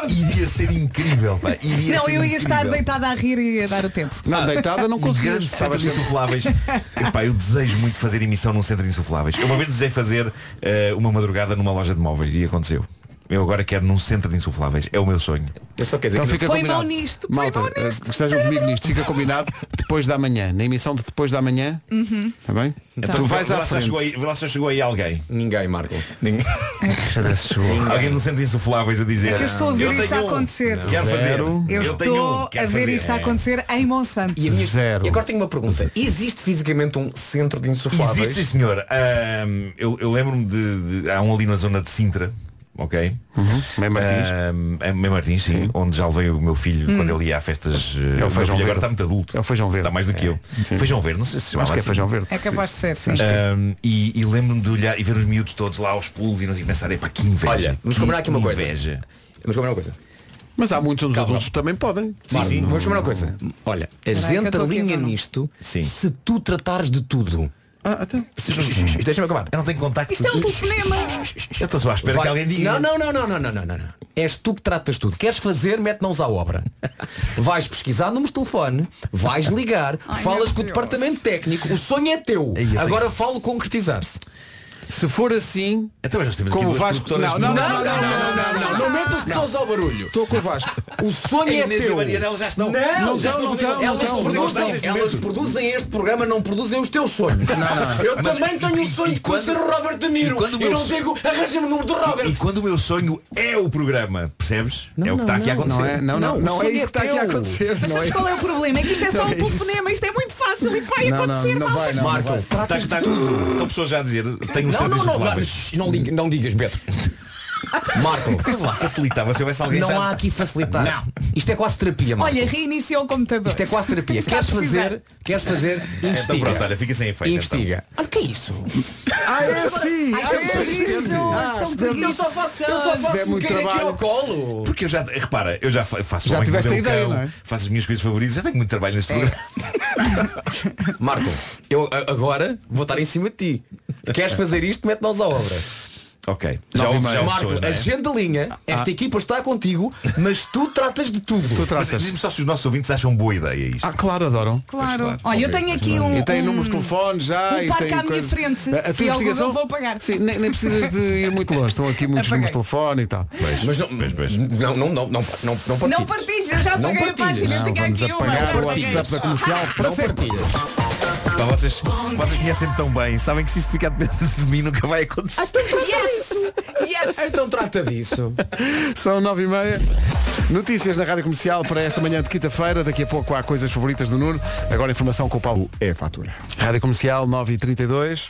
S11: Iria ser incrível, pá. Iria
S4: Não,
S11: ser
S4: eu ia
S11: incrível.
S4: estar deitada a rir e a dar o tempo.
S11: Ah, um grande centro de insufláveis. Epá, eu desejo muito fazer emissão num centro de insufláveis. Eu uma vez desejei fazer eh, uma madrugada numa loja de móveis e aconteceu. Eu agora quero num centro de insufláveis. É o meu sonho.
S8: Eu só
S1: Então fica combinado. Malta, eh, estejam comigo nisto, fica combinado depois da manhã, na emissão de depois da manhã,
S4: Uhum.
S1: está bem?
S11: Então,
S1: tu vais
S11: vê
S1: à
S11: lá se já
S1: frente.
S11: chegou aí- vê lá se já chegou aí alguém.
S8: Ninguém, Marco.
S11: Ninguém. Alguém no centro de insufláveis a dizer.
S4: É que eu estou a ver isto a
S11: tenho um.
S4: acontecer.
S11: Quero fazer.
S4: Eu,
S11: tenho
S4: estou
S11: um. Quero
S4: a ver
S11: fazer.
S4: isto a acontecer em Monsanto.
S8: E, a minha- e agora tenho uma pergunta. Existe fisicamente um centro de insufláveis?
S11: Existe, sim, senhor. Ahm, eu eu lembro-me de, de- Há um ali na zona de Sintra. Ok?
S4: Uhum.
S1: Mem Martins.
S8: Eh,
S11: Mem Martins, sim, Onde já levei o meu filho
S1: Hum.
S11: quando ele ia a festas. eh,
S1: É o
S11: meu
S1: feijão
S11: filho
S1: verde.
S11: agora está muito adulto. É o
S1: feijão verde.
S11: Está mais do que eu.
S1: Sim.
S11: Feijão verde, não sei se se chama
S1: Acho que é
S11: assim.
S1: feijão verde.
S4: É capaz de ser, sim.
S8: É.
S11: Ahm, e e lembro-me de olhar e ver os miúdos todos lá aos pulos e nós e pensar, epá, que inveja.
S8: Olha, vamos
S11: que
S8: combinar aqui uma coisa.
S11: Inveja.
S8: Vamos combinar uma coisa.
S1: Mas há muitos dos adultos que também podem.
S8: Sim, sim. Hum, Vamos chamar uma coisa. Olha, a
S1: Espera aí que eu
S8: gente
S1: tô aqui a ver,
S8: alinha
S1: não.
S8: nisto
S11: Sim.
S8: se tu tratares de tudo.
S1: Ah, até.
S8: Deixa-me acabar.
S11: Eu não tenho contacto.
S8: Isto é um
S4: telefonema.
S11: Eu estou só à espera
S8: Vai.
S11: que alguém diga.
S8: Não, não, não, não, não, não, não, não, não. És tu que tratas tudo. Queres fazer, mete-nos à obra. Vais pesquisar números de telefone, vais ligar,
S1: Ai,
S8: falas
S1: meu
S8: com o
S1: Deus.
S8: departamento técnico, o sonho é teu.
S1: Ei, eu
S8: Agora falo concretizar-se.
S1: Se for assim,
S11: Então,
S8: aqui
S1: como o
S8: duas
S1: Vasco.
S8: produtoras
S1: Não, não, não,
S8: de-
S1: não, não, não, não, não, não,
S8: Não metas as pessoas ao barulho.
S1: Estou com o Vasco.
S8: O sonho
S11: A
S8: é
S11: Inês e a
S8: teu.
S11: Mariana, elas já estão-
S8: Não,
S11: não
S8: já
S11: estão, não
S8: estão.
S11: estão, não
S8: Elas
S11: estão.
S8: produzem-
S11: Neste
S8: Elas
S11: momento.
S8: produzem este programa, não produzem os teus sonhos.
S11: não.
S8: Eu
S11: Mas-
S8: também
S11: e-
S8: tenho
S11: e-
S8: o sonho
S11: e
S8: de conhecer
S11: quando-
S8: o Robert De
S11: e
S8: Niro.
S11: quando o
S8: Eu
S11: meu
S8: não
S11: sonho-
S8: digo, arranja-me o número do Robert.
S11: E, e quando o meu sonho é o programa, percebes? é o que está aqui a
S1: não,
S11: acontecer.
S1: não é- não, não, Não, não o é sonho isso é que está aqui a teu. acontecer,
S4: Mas sabes qual é o problema? É que isto é
S8: Então
S4: só um telefonema, isto é muito fácil, isto vai acontecer mal.
S11: Marco, tratas de tudo. Estão pessoas já a dizer, tenho um
S8: Não,
S11: centro
S8: não, não, não,
S11: insufláveis.
S8: shh, não, diga- não digas, Beto. Marco.
S11: Esteve lá, facilitava se houvesse alguém
S8: Não
S11: já-
S8: há aqui facilitar. Isto é quase terapia, Marco.
S4: Olha, reiniciou o computador.
S8: Isto é quase terapia.
S4: Está a
S8: Queres
S4: precisar.
S8: fazer, queres fazer,
S11: Então
S8: investiga.
S11: pronto, olha, fica sem efeito, então.
S8: Investiga. Olha, o que é isso?
S1: Ah, é assim!
S8: Ai, tão persistente.
S1: Ah,
S8: Tão
S1: se der-
S8: preguiçoso. Eu só faço- eu
S11: é
S8: só
S1: Se
S8: faço
S1: der
S8: um
S1: muito
S8: bocadinho aqui
S1: trabalho.
S8: ao colo.
S11: Porque eu já, repara, eu já fa- faço
S1: Já
S11: o Homem que
S1: tiveste
S11: Mordeu
S1: a
S11: o
S1: ideia,
S11: Cão,
S1: não é?
S11: Faço as minhas coisas favoritas, já tenho muito trabalho
S8: É.
S11: neste programa.
S8: Marco, eu a- agora vou estar em cima de ti. Queres fazer isto, mete-nos à obra.
S11: Ok.
S8: Nove
S11: Já
S8: e
S11: houve,
S8: meia.
S11: já houve
S8: Marco,
S11: pessoas, não é?
S8: agenda a linha, esta
S11: Ah.
S8: equipa está contigo, mas tu tratas de tudo.
S11: Mas Diz-me só se os nossos ouvintes acham boa ideia isto.
S1: Ah, claro, adoram.
S4: Claro. Olha, eu tenho aqui um.
S1: E tem números de
S4: um-
S1: telefone já
S4: um
S1: e
S4: parque
S1: tem
S4: à minha
S1: coisas-
S4: frente.
S1: A,
S4: Fui
S1: a tua
S4: ao
S1: investigação.
S4: Google, vou pagar.
S1: Sim, nem, nem precisas de ir muito longe. Estão aqui muitos números de telefone e tal.
S8: Mas não, não, não, não, não, não, não
S4: Não partilhes, eu já
S8: Não
S4: paguei a
S8: partilhes.
S4: página, eu
S8: Não,
S4: tenho
S11: vamos
S4: aqui uma.
S11: apagar
S4: já
S11: o
S4: paguei.
S11: WhatsApp da comercial para
S8: não
S11: sempre.
S8: partilhas. Ah.
S11: Pá, Então vocês, vocês conhecem-me tão bem, sabem que se isto ficar dependente de mim nunca vai acontecer.
S4: Yes!
S8: Então trata disso.
S1: São nove e meia. Notícias na Rádio Comercial para esta manhã de quinta-feira. Daqui a pouco há coisas favoritas do Nuno. Agora informação com o Paulo.
S2: É a fatura.
S1: Rádio Comercial 9 e 32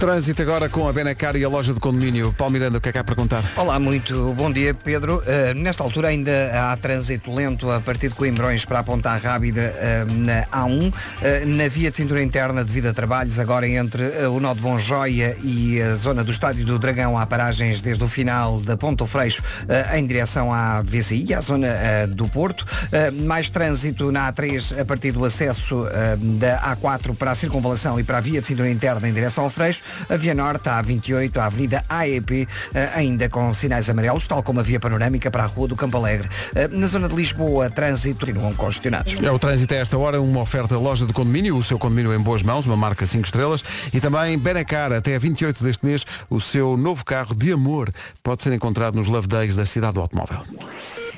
S1: Trânsito agora com a Benacar e a loja de condomínio. Paulo Miranda, o que é que há para contar?
S3: Olá, muito bom dia, Pedro. Eh, nesta altura ainda há trânsito lento a partir de Coimbrões para a Ponta Rábida eh, na A1. Eh, na via de cintura interna, devido a trabalhos, agora entre eh, o nó de Bonjoia e a zona do Estádio do Dragão, há paragens desde o final da Ponta do Freixo eh, em direção à VCI, à zona eh, do Porto. Eh, mais trânsito na A3 a partir do acesso eh, da A4 para a circunvalação e para a via de cintura interna em direção ao Freixo. A Via Norte, a A28, a Avenida AEP, eh, ainda com sinais amarelos, tal como a Via Panorâmica para a Rua do Campo Alegre. Eh, Na zona de Lisboa, trânsito continuam congestionados.
S1: É o trânsito a esta hora, uma oferta loja de condomínio, o seu condomínio em boas mãos, uma marca 5 estrelas, e também Benacar, até 28 deste mês, o seu novo carro de amor pode ser encontrado nos Love Days da cidade do automóvel.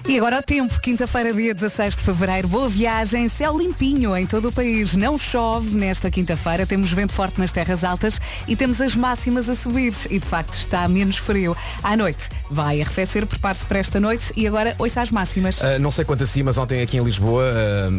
S4: E agora o tempo, quinta-feira, dia 16 de fevereiro, boa viagem, céu limpinho em todo o país. Não chove nesta quinta-feira, temos vento forte nas terras altas e temos as máximas a subir. E de facto está menos frio. À noite vai arrefecer, prepare-se para esta noite e agora ouça as máximas.
S8: Ah, não sei quanto assim, mas ontem aqui em Lisboa ah,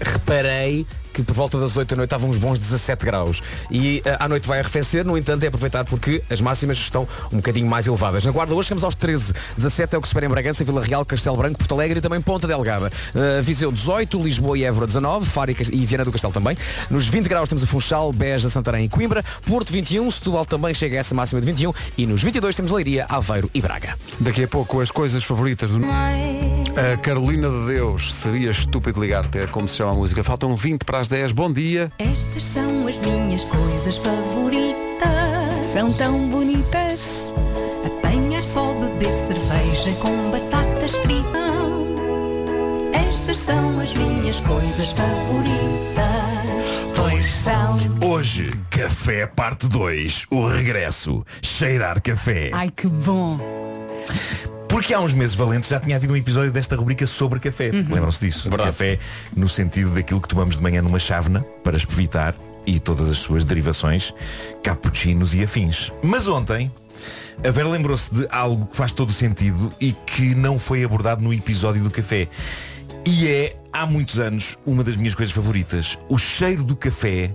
S8: reparei que por volta das 8 da noite estavam uns bons 17 graus. E ah, à noite vai arrefecer, no entanto é aproveitar porque as máximas estão um bocadinho mais elevadas. Na Guarda hoje chegamos aos 13, 17 é o que se espera em Bragança, Vila Real, Castelo Branco, Porto Alegre e também Ponta Delgada. Ah, Viseu 18, Lisboa e Évora 19, Faro e Cas- e Viana do Castelo também. Nos 20 graus temos o Funchal, Beja, Santarém e Coimbra, Porto 21, Setúbal também chega a essa máxima de 21 e nos 22 temos Leiria, Aveiro e Braga.
S1: Daqui a pouco as coisas favoritas do... A Carolina de Deus, seria estúpido ligar-te, é como se chama a música. Faltam 20 para as 10, bom dia.
S4: É
S5: Estas são as minhas coisas favoritas. São tão bonitas. Apanhar só, beber cerveja com batatas fritas. Estas são as minhas coisas favoritas. Pois são.
S11: Hoje, Café Parte 2, o regresso, cheirar café.
S4: Ai que bom!
S11: Porque há uns meses valentes já tinha havido um episódio desta rubrica sobre café.
S4: Uhum.
S11: Lembram-se disso? Café no sentido daquilo que tomamos de manhã numa chávena para espevitar e todas as suas derivações, cappuccinos e afins. Mas ontem, a Vera lembrou-se de algo que faz todo o sentido e que não foi abordado no episódio do café. E é, há muitos anos, uma das minhas coisas favoritas. O cheiro do café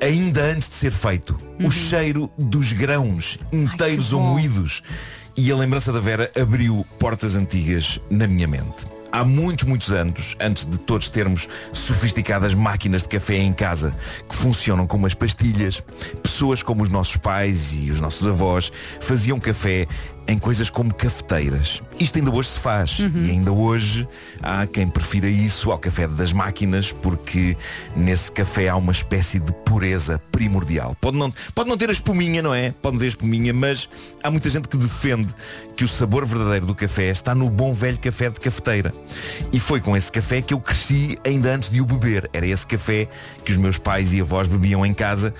S11: ainda antes de ser feito. O cheiro dos grãos inteiros ou moídos. E a lembrança da Vera abriu portas antigas na minha mente. Há muitos, muitos anos, antes de todos termos sofisticadas máquinas de café em casa que funcionam como as pastilhas, pessoas como os nossos pais e os nossos avós faziam café em coisas como cafeteiras. Isto ainda hoje se faz e ainda hoje há quem prefira isso ao café das máquinas porque nesse café há uma espécie de pureza primordial. Pode não, pode não ter a espuminha, não é? Pode não ter a espuminha, mas há muita gente que defende que o sabor verdadeiro do café está no bom velho café de cafeteira. E foi com esse café que eu cresci ainda antes de o beber. Era esse café que os meus pais e avós bebiam em casa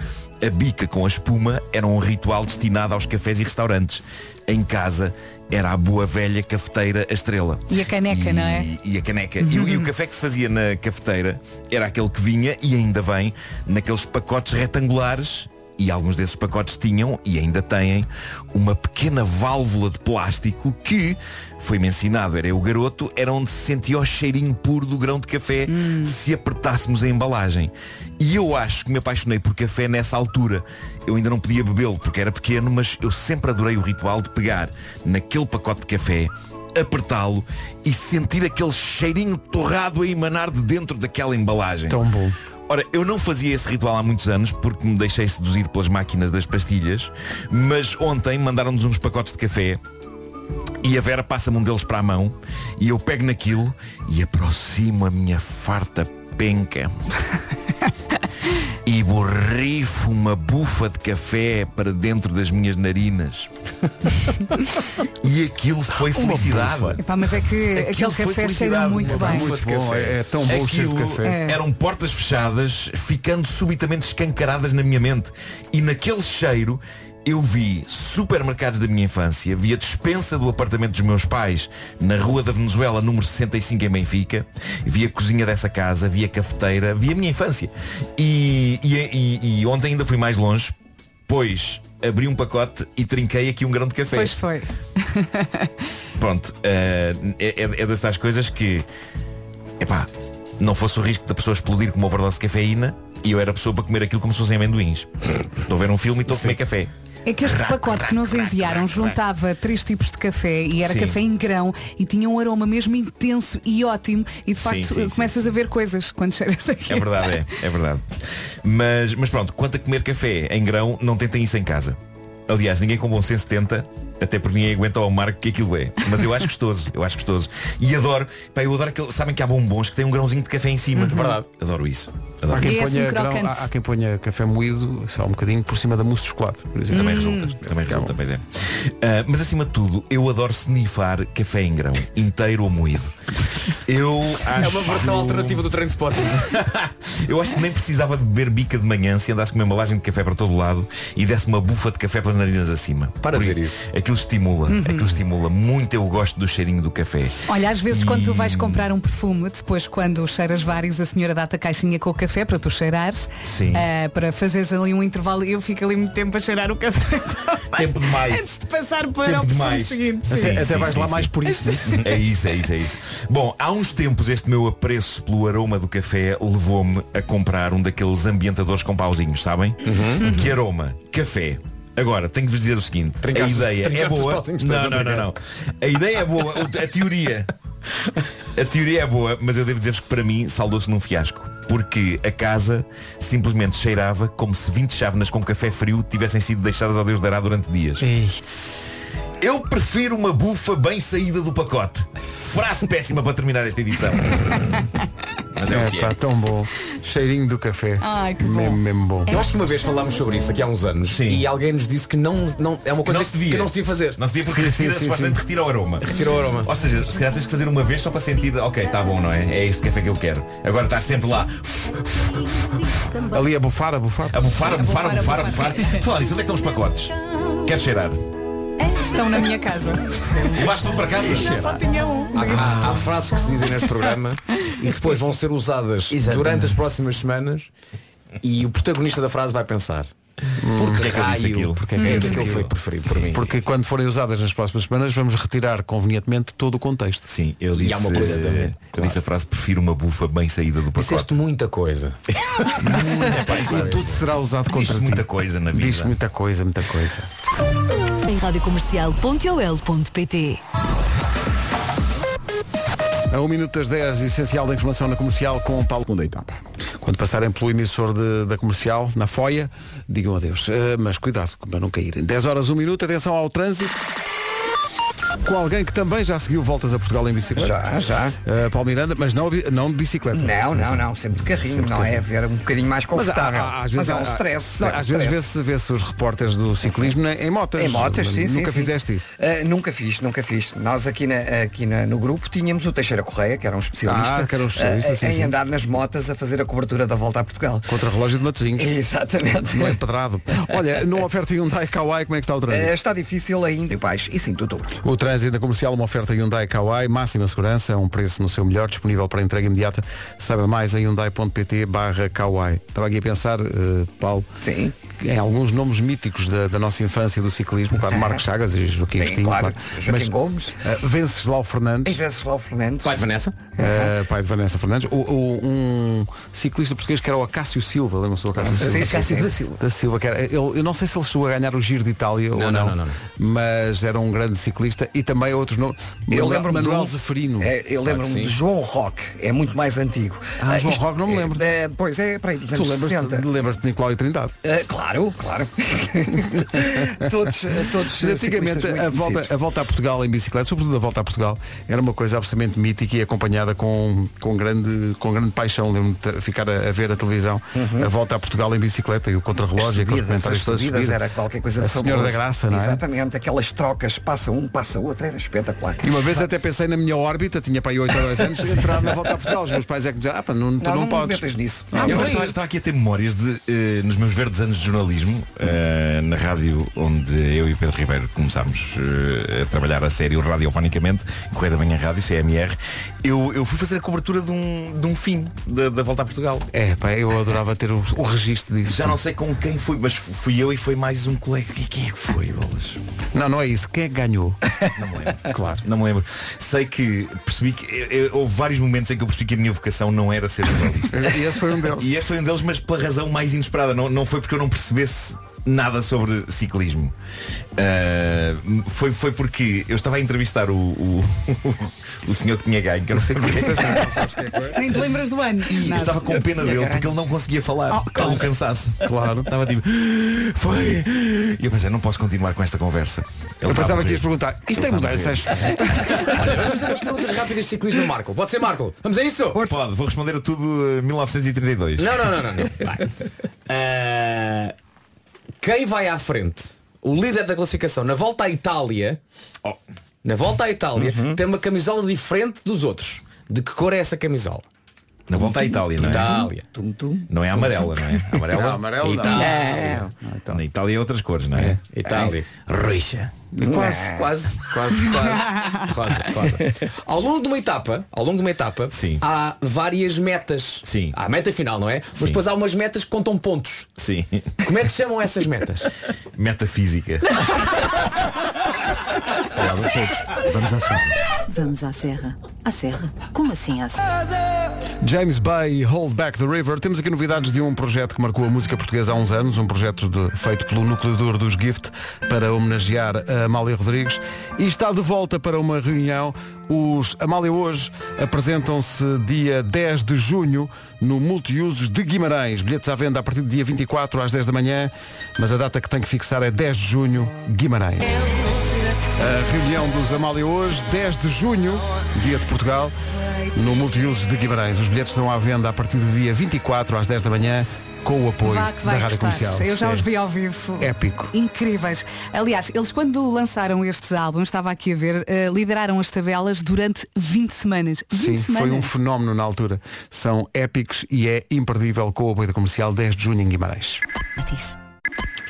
S11: a bica com a espuma era um ritual destinado aos cafés e restaurantes. Em casa era a boa velha cafeteira a estrela.
S4: E a caneca, não é?
S11: E a caneca. E, o- e o café que se fazia na cafeteira era aquele que vinha e ainda vem naqueles pacotes retangulares. E alguns desses pacotes tinham e ainda têm uma pequena válvula de plástico que, foi-me ensinado, era eu garoto, era onde se sentia o cheirinho puro do grão de café se apertássemos a embalagem. E eu acho que me apaixonei por café nessa altura. Eu ainda não podia bebê-lo porque era pequeno, mas eu sempre adorei o ritual de pegar naquele pacote de café apertá-lo e sentir aquele cheirinho torrado a emanar de dentro daquela embalagem. Tão
S1: bom.
S11: Ora, eu não fazia esse ritual há muitos anos porque me deixei seduzir pelas máquinas das pastilhas, mas ontem mandaram-nos uns pacotes de café e a Vera passa-me um deles para a mão e eu pego naquilo e aproximo a minha farta penca e borrifo uma bufa de café para dentro das minhas narinas. e aquilo foi felicidade.
S4: Epá, mas é que
S11: Aquilo
S4: aquele
S11: foi
S4: café cheira
S11: felicidade,
S4: muito
S11: uma
S4: bem.
S11: bufa de café.
S1: É um
S11: Aquilo
S4: É.
S11: Eram portas fechadas, ficando subitamente escancaradas na minha mente. E naquele cheiro eu vi supermercados da minha infância, vi a despensa do apartamento dos meus pais na Rua da Venezuela, número 65 em Benfica, vi a cozinha dessa casa, vi a cafeteira, vi a minha infância. E, e- e- e ontem ainda fui mais longe, pois abri um pacote e trinquei aqui um grão de café.
S4: Pois foi.
S11: Pronto, eh, é, é- é das tais coisas que Epá, não fosse o risco da pessoa explodir com uma overdose de cafeína E eu era pessoa para comer aquilo como se fossem amendoins. estou a ver um filme e estou a comer café.
S4: É que este pacote que nos enviaram juntava três tipos de café e era
S11: Sim.
S4: café em grão e tinha um aroma mesmo intenso e ótimo e de
S11: Sim,
S4: facto
S11: sim,
S4: eh,
S11: sim,
S4: começas a ver coisas quando cheiras aqui.
S11: É verdade, é, é verdade. Mas, mas pronto, quanto a comer café em grão, não tentem isso em casa. Aliás, ninguém com bom senso tenta, até porque ninguém aguenta ao marco que aquilo é. Mas eu acho gostoso, eu acho gostoso. E adoro, pá, eu adoro aquele, sabem que há bombons que têm um grãozinho de café em cima. Verdade. Adoro isso. Adoro
S1: Há quem,
S4: E é assim
S1: ponha
S4: crocante.
S1: há, há quem ponha café moído, só um bocadinho, por cima da mousse de chocolate, por
S4: Hum.
S1: exemplo.
S8: Hum,
S11: Também resulta, também resulta, pois é. Ah, mas acima de tudo, eu adoro snifar café em grão, inteiro ou moído. Eu acho...
S8: É uma versão alternativa do treino sport.
S11: Eu acho que nem precisava de beber bica de manhã se andasse com uma embalagem de café para todo lado e desse uma bufa de café pelas narinas acima.
S8: Para de
S11: Porque
S8: dizer isso. Uhum.
S11: Aquilo estimula, aquilo estimula. Muito eu gosto do cheirinho do café.
S4: Olha, às vezes
S11: E-
S4: quando tu vais comprar um perfume, depois quando cheiras vários, a senhora dá-te a caixinha com o café para tu cheirares,
S11: Sim.
S4: eh, para fazeres ali um intervalo e eu fico ali muito tempo a cheirar o café
S11: Tempo demais.
S4: antes de passar para o
S11: Tempo
S4: perfume
S11: demais.
S4: seguinte.
S11: Sim,
S1: Até
S11: sim,
S1: vais
S11: sim,
S1: lá
S11: sim.
S1: mais por isso.
S11: É isso, é isso, é isso. Bom, há uns tempos este meu apreço pelo aroma do café levou-me a comprar um daqueles ambientadores com pauzinhos, sabem? Que aroma? Café. Agora, tenho que vos dizer o seguinte,
S8: Trincaste-
S11: a ideia é
S8: trincaste os
S11: boa.
S8: pauzinhos,
S11: Não,
S8: não
S11: não, não, não. A ideia é boa, o- a teoria. A teoria é boa, mas eu devo dizer-vos que para mim saldou-se num fiasco. Porque a casa simplesmente cheirava como se 20 chávenas com café frio tivessem sido deixadas ao Deus dará durante dias. Eu prefiro uma bufa bem saída do pacote. Frase péssima para terminar esta edição. Mas é o que
S1: É,
S11: é.
S1: pá, tão bom. Cheirinho do café.
S4: Ai, que bom. É
S1: Mesmo, mesmo bom.
S8: Eu acho que uma vez falámos sobre isso aqui há uns anos
S11: Sim.
S8: e alguém nos disse que não, não é uma coisa
S11: não se devia.
S8: que não se devia fazer.
S11: Não se devia porque
S1: Sim, sim,
S11: retira,
S1: sim,
S11: supostamente retira o aroma.
S8: Retira o aroma.
S11: Ou seja, se calhar tens que fazer uma vez só para sentir, ok, está bom, não é? É este café que eu quero. Agora estás sempre lá
S1: Ali a bufar, a bufar.
S11: a bufar, a bufar, a bufar, a bufar. Falar isso, onde é que estão os pacotes? Quero cheirar.
S4: Estão na minha casa.
S11: Levaste tudo para casa? Cheira.
S4: Tinha um.
S11: ah.
S8: Há frases que se dizem neste programa e que depois vão ser usadas
S10: Exatamente.
S8: durante as próximas semanas e o protagonista da frase vai pensar. Porque
S11: é que eu disse aquilo?
S8: raio, Hum.
S11: Porque
S8: porque
S11: é que eu disse
S8: aquilo foi
S11: aquilo?
S8: preferido por mim.
S1: Porque quando forem usadas nas próximas semanas, vamos retirar convenientemente todo o contexto.
S11: Sim, eu disse,
S8: há uma coisa
S11: eh,
S8: também,
S11: eu
S8: claro.
S11: disse a frase, prefiro uma bufa bem saída do pacote.
S8: Disseste muita coisa.
S1: E tudo será usado contra
S11: Diz-se
S1: ti.
S11: muita coisa na vida.
S1: Diz muita coisa, muita coisa.
S5: Em radiocomercial.ol.pt
S1: A 1 minuto das 10, essencial da informação na comercial com o Paulo.
S2: Segunda etapa.
S1: Quando passarem pelo emissor de- da comercial, na foia, digam adeus. Eh, mas cuidado para não caírem. 10 horas, 1 minuto, atenção ao trânsito. Com alguém que também já seguiu voltas a Portugal em bicicleta.
S3: Já, já.
S1: Eh, Paulo Miranda, mas não, bi- não de bicicleta.
S3: Não, não, não, sempre de carrinho, não é? Ver um bocadinho mais
S1: Mas, há-
S3: confortável.
S1: há-
S3: Mas, é um stress.
S1: Não,
S3: é um
S1: às vezes
S3: stress.
S1: vê-se vê-se os repórteres do ciclismo né, em motas.
S3: Em motas, sim, sim.
S1: Nunca
S3: sim.
S1: fizeste isso.
S3: Ah, nunca fiz, nunca fiz. Nós aqui, na, aqui na- no grupo tínhamos o Teixeira Correia, que era um especialista,
S1: Ah, que era um especialista,
S3: ah,
S1: sim,
S3: em
S1: sim.
S3: andar nas motas a fazer a cobertura da volta a Portugal.
S1: Contra relógio de Matozinhos.
S3: Exatamente.
S1: Não é pedrado. Olha, numa oferta Hyundai Kauai, como é que está o trânsito?
S3: Ah, está difícil ainda, pais, e 5 de outubro.
S1: O trânsito da comercial, uma oferta Hyundai Kauai, máxima segurança, um preço no seu melhor, disponível para entrega imediata. Saiba mais em hyundai.pt barra Kauai. Estava aqui a pensar, eh, Paulo,
S3: Sim.
S1: em alguns nomes míticos da, da nossa infância do ciclismo, claro, Marcos Chagas e Joaquim
S3: Sim,
S1: Agostinho,
S3: claro. Joaquim Gomes.
S1: eh, Venceslau
S3: Em
S1: Fernandes,
S3: Venceslau Fernandes.
S11: é
S8: Vai, Vanessa?
S1: eh, pai de Vanessa Fernandes, o, o- um ciclista português que era o Acácio Silva, lembra-se do Acácio Silva?
S3: Sim, sim, sim.
S1: da Silva, que era, eu, eu não sei se ele chegou a ganhar o Giro de Itália ou
S8: não,
S1: não,
S8: não, não, não.
S1: mas era um grande ciclista e também outros nomes.
S3: Eu
S1: Manuel-
S3: lembro-me
S1: Manuel
S3: de um-
S1: Zeferino.
S3: É, eu lembro-me de João Roque, é muito mais antigo. Eh,
S1: Ah, João
S3: isto-
S1: Roque não me lembro.
S3: É, é, pois é, para aí, dos
S1: Tu
S3: anos 60.
S1: lembras-te lembras de Nicolau e Trindade?
S3: Ah, claro, claro. todos, eh, todos.
S1: Mas Antigamente
S3: ciclistas muito
S1: a volta,
S3: conhecidos.
S1: a volta a Portugal em bicicleta, sobretudo a volta a Portugal, era uma coisa absolutamente mítica e acompanhada com, com, grande, com grande paixão. Lembro-me de ter- ficar a, a ver a televisão a volta a Portugal em bicicleta e o
S3: As
S1: contrarrelógio, aqueles
S3: Uhum. subidas, as
S1: comentários todos
S3: subidas
S1: subidos.
S3: era qualquer coisa
S1: A
S3: de
S1: Senhora
S3: fabuloso.
S1: da Graça, não é?
S3: Exatamente, aquelas trocas, passa um, passa outro, era espetacular.
S1: E uma vez até pensei na minha órbita, tinha para aí 8 ou 10 anos, entrar na volta a Portugal. Os meus pais é que me diziam, ah, pá, não, tu não,
S3: não, me
S1: podes.
S3: metas nisso.
S11: Eu agora estou, estou aqui a ter memórias de, eh, nos meus verdes anos de jornalismo, eh, na rádio onde eu e o Pedro Ribeiro começámos eh, a trabalhar a sério radiofonicamente, Correio da Manhã Rádio, CMR, eu, eu eu fui fazer a cobertura de um, de um fim da, da volta a Portugal.
S1: É, pá, eu adorava ter o, o registro disso.
S11: Já não sei com quem fui, mas fui eu e foi mais um colega. E quem é que foi, bolas?
S1: Não, não é isso. Quem é que ganhou?
S11: Não me lembro. claro. Não me lembro. Sei que percebi que eu- eu- houve vários momentos em que eu percebi que a minha vocação não era ser jornalista.
S1: E esse foi um deles.
S11: E este foi um deles, mas pela razão mais inesperada. Não, não foi porque eu não percebesse nada sobre ciclismo. Ah, foi, foi porque eu estava a entrevistar o, o, o senhor que tinha ganho, que eu
S1: é
S11: não sei porque
S4: Nem te lembras do ano.
S11: eu
S4: Nada.
S11: estava com pena dele porque ele não conseguia falar.
S4: Oh,
S11: Estava um cansaço. Claro. Estava tipo. Foi. E eu pensei, não posso continuar com esta conversa. Ele
S1: Eu
S11: está a
S1: pensava
S11: morrer.
S1: que ias perguntar, isto tem
S11: Ele está a
S1: mudanças?
S8: Olha, vamos fazer umas perguntas rápidas de ciclismo, ao Marco. Pode ser, Marco? Vamos a isso?
S11: Pode, vou responder a tudo eh, 1932.
S8: Não, não, não, não. não. Vai. Ah, quem vai à frente? O líder da classificação na volta à Itália,
S11: Oh, Uhum.
S8: na volta à Itália, tem uma camisola diferente dos outros. De que cor é essa camisola?
S11: na volta à Itália, não é?
S8: Itália.
S11: Não é amarela, não é? Amarela.
S1: Não, amarelo não. então.
S8: Itália.
S11: Na Itália é outras cores, não é?
S8: Itália.
S11: Roxa. é.
S8: Quase, quase, quase, quase, quase, quase. Ao longo de uma etapa, ao longo de uma etapa,
S11: Sim.
S8: há várias metas.
S11: Sim.
S8: Há a meta final, não é?
S11: Sim.
S8: Mas depois há umas metas que contam pontos.
S11: Sim.
S8: Como é que se chamam essas metas?
S11: Metafísica. Olá, vamos todos. Vamos à sala.
S5: Vamos à serra. À serra? Como assim à serra?
S1: James Bay, Hold Back the River. Temos aqui novidades de um projeto que marcou a música portuguesa há uns anos, um projeto de- feito pelo núcleo duro dos Gift para homenagear a Amália Rodrigues. E está de volta para uma reunião. Os Amália hoje apresentam-se dia 10 de junho no Multiusos de Guimarães. Bilhetes à venda a partir do dia 24 às 10 da manhã, mas a data que tem que fixar é 10 de junho, Guimarães. A reunião dos Amália hoje, 10 de junho, dia de Portugal, no Multiusos de Guimarães. Os bilhetes estão à venda a partir do dia 24 às 10 da manhã, com o apoio
S4: Vá que vai
S1: da Rádio
S4: gostar.
S1: Comercial.
S4: Eu já
S1: Sim.
S4: os vi ao vivo.
S1: Épico.
S4: Incríveis. Aliás, eles quando lançaram estes álbuns, estava aqui a ver, eh, lideraram as tabelas durante 20 semanas. 20
S1: Sim,
S4: semanas.
S1: foi um fenómeno na altura. São épicos e é imperdível com o apoio da Comercial 10 de junho em Guimarães.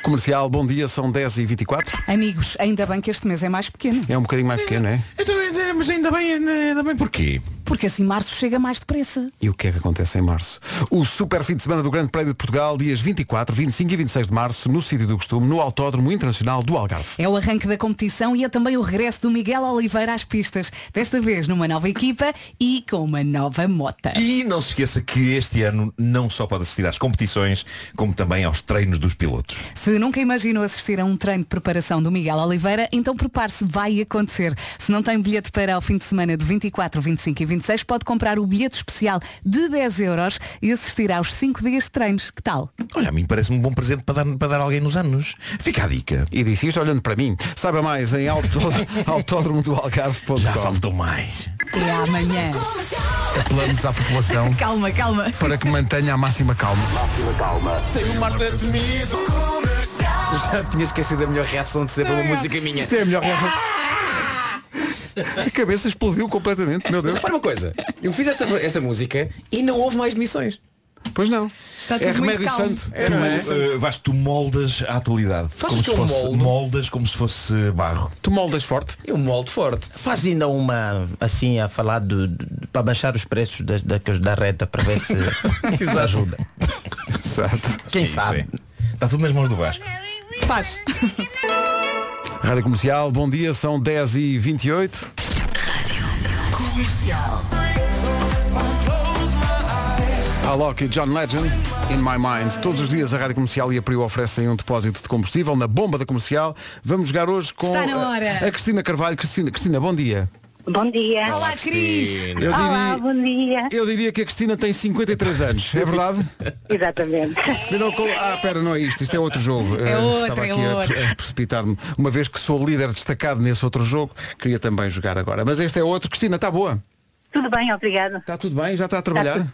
S1: Comercial, bom dia, são 10h24.
S4: Amigos, ainda bem que este mês é mais pequeno.
S1: É um bocadinho mais pequeno, é?
S11: Então, eh, mas ainda bem, ainda bem porquê?
S4: Porque assim março chega mais depressa.
S1: E o que é que acontece em março? O super fim de semana do Grande Prémio de Portugal, dias 24, 25 e 26 de março, no sítio do costume, no Autódromo Internacional do Algarve.
S4: É o arranque da competição e é também o regresso do Miguel Oliveira às pistas. Desta vez numa nova equipa e com uma nova mota.
S11: E não se esqueça que este ano não só pode assistir às competições, como também aos treinos dos pilotos.
S4: Se nunca imaginou assistir a um treino de preparação do Miguel Oliveira, então prepare-se, vai acontecer. Se não tem bilhete para o fim de semana de 24, 25 e 26, pode comprar o bilhete especial de 10 euros e assistir aos 5 dias de treinos. Que tal?
S11: Olha, a mim parece-me um bom presente para dar, para dar a alguém nos anos. Fica a dica.
S1: E disse isto olhando para mim. Saiba mais em auto- autódromo do
S11: Já
S1: Algarve.com.
S11: faltou mais.
S4: É amanhã.
S1: Planos à população
S4: Calma, calma.
S1: para que mantenha a máxima calma.
S8: Já tinha esquecido a melhor reação de ser pela música minha.
S1: Isto é a melhor reação. A cabeça explodiu completamente, meu
S8: Mas
S1: Deus.
S8: repara uma coisa, eu fiz esta, esta música e não houve mais demissões.
S1: Pois não.
S4: Está tudo
S1: é
S4: muito
S1: remédio
S4: calmo.
S1: santo.
S8: É, não é?
S11: Uh, Vasco, tu moldas a atualidade. como
S8: que
S11: se
S8: eu
S11: fosse
S8: moldo?
S11: moldas como se fosse barro.
S1: Tu moldas forte.
S8: Eu molde forte.
S10: Faz ainda uma assim a falar do, do- para baixar os preços das, da, da reta para ver se, se ajuda.
S1: Exato.
S10: Quem
S11: Isso
S10: sabe?
S11: é. Está tudo nas mãos do Vasco.
S4: Faz.
S1: Rádio Comercial, bom dia, são 10h28. Alok e John Legend, In My Mind. Todos os dias a Rádio Comercial e a Priu oferecem um depósito de combustível na bomba da comercial. Vamos jogar hoje com
S4: Está na
S1: a-
S4: hora.
S1: A, Cristina Carvalho. Cristina, Cristina, bom dia.
S13: Bom dia.
S4: Olá, Cris.
S1: Eu
S13: Olá,
S1: diria,
S13: bom dia.
S1: eu diria que a Cristina tem 53 anos, é verdade?
S13: Exatamente.
S1: Não, com- Ah, pera, não é isto, isto é outro jogo. Eh,
S4: outro,
S1: Estava
S4: é
S1: aqui a-
S4: outro.
S1: a, precipitar-me. Uma vez que sou líder destacado nesse outro jogo, queria também jogar agora. Mas este é outro. Cristina, está boa?
S13: Tudo bem, obrigada.
S1: Está tudo bem? Já está a
S13: Já
S1: trabalhar?
S13: estou,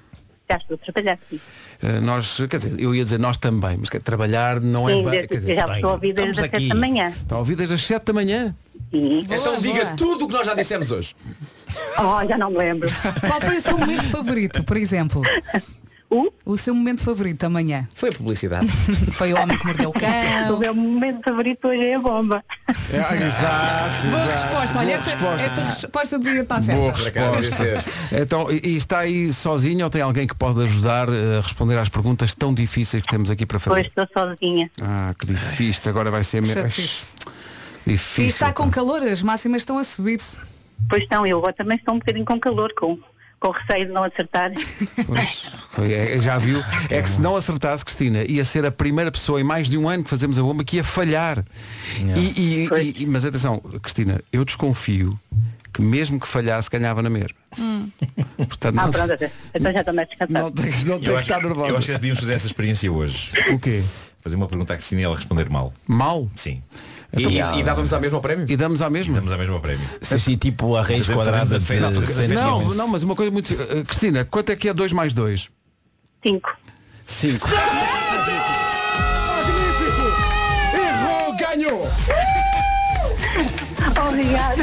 S13: já estou a trabalhar. sim.
S1: Eh, nós, quer dizer, eu ia dizer nós também, mas quer, trabalhar não é
S13: Sim,
S1: bem.
S13: desde-
S1: Quer
S13: eu
S1: dizer,
S13: já estou a ouvir desde as sete
S10: estamos
S13: da
S10: aqui.
S13: manhã.
S1: está a ouvir desde as 7 da manhã?
S13: Sim.
S8: então diga
S4: boa.
S8: tudo o que nós já dissemos hoje.
S13: Oh, já não me lembro.
S4: Qual foi o seu momento favorito, por exemplo?
S13: O?
S4: seu momento favorito da manhã?
S8: Foi a publicidade.
S4: Foi o homem que mordeu o cão.
S13: O meu momento favorito hoje é a bomba.
S1: exato,
S4: Boa
S1: exato.
S4: resposta. Olha, esta, esta resposta devia estar certa.
S1: Boa
S8: acaso,
S1: resposta. Então, e e está aí sozinho ou tem alguém que pode ajudar eh, a responder às perguntas tão difíceis que temos aqui para
S13: Hoje
S1: fazer?
S13: estou sozinha.
S1: Ah, que difícil, isto agora vai ser mesmo.
S4: Chatice.
S1: Difícil.
S4: E está com calor, as máximas estão a subir.
S13: Pois estão, eu agora também estou um bocadinho com calor, com, com receio de não acertar.
S1: Pois, é, já viu? É que se não acertasse, Cristina, ia ser a primeira pessoa em mais de um ano que fazemos a bomba que ia falhar. E- e- e- mas atenção, Cristina, eu desconfio que mesmo que falhasse, ganhava na mesma. Portanto,
S13: Ah,
S1: não,
S13: pronto, até- então já estou mais descansado.
S1: não tem,
S11: Eu
S1: não tem que
S11: acho,
S1: estar nervosa.
S11: eu acho que devíamos fazer essa experiência hoje.
S1: O quê?
S11: Fazer uma pergunta à Cristina e ela responder mal.
S1: Mal?
S11: Sim.
S8: E, e- e dávamos à mesma ao prémio?
S1: E damos à mesma?
S11: Damos a mesma prémio.
S10: Se, se tipo a raiz
S11: Fazemos- fazemos
S10: quadrada
S11: a feira,
S10: de
S11: fazemos a feira.
S1: Não, não, mas uma coisa muito. eh, Cristina, quanto é que é 2 mais 2?
S13: Cinco.
S1: 5. Magnífico! Errou, ganhou!
S13: Obrigada.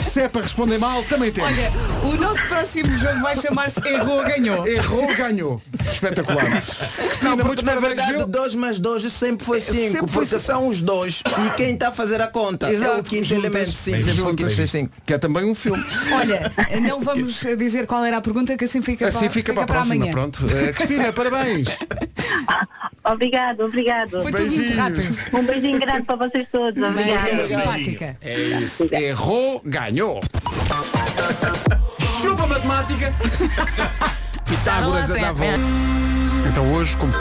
S1: Se é para responder mal, também temos.
S4: Olha, o nosso próximo jogo vai chamar-se Errou Ganhou.
S1: Errou, ganhou. Espetacular. Cristina, muito
S10: Na
S1: parabéns,
S10: verdade,
S1: viu? É,
S10: 2 mais 2 sempre foi 5,
S1: sempre foi
S10: porque
S1: cinco.
S10: são os dois. E quem está a fazer a conta é o
S1: Exato,
S10: quinto
S1: juntas.
S10: elemento. Sim, sempre foi o quinto,
S1: Juntas.
S10: foi cinco.
S1: Que é também um filme.
S4: Olha, não vamos dizer qual era a pergunta, que assim fica,
S1: Assim
S4: para,
S1: fica para a próxima,
S4: amanhã.
S1: pronto. Eh, Cristina, parabéns.
S13: Obrigado, obrigado.
S4: Foi tudo muito rápido.
S13: Um beijinho grande para vocês todos.
S4: Mas
S13: Obrigada.
S4: é simpática.
S1: Errou, É, ganhou. Chupa matemática. Pitágoras a dar volta. Então hoje, como...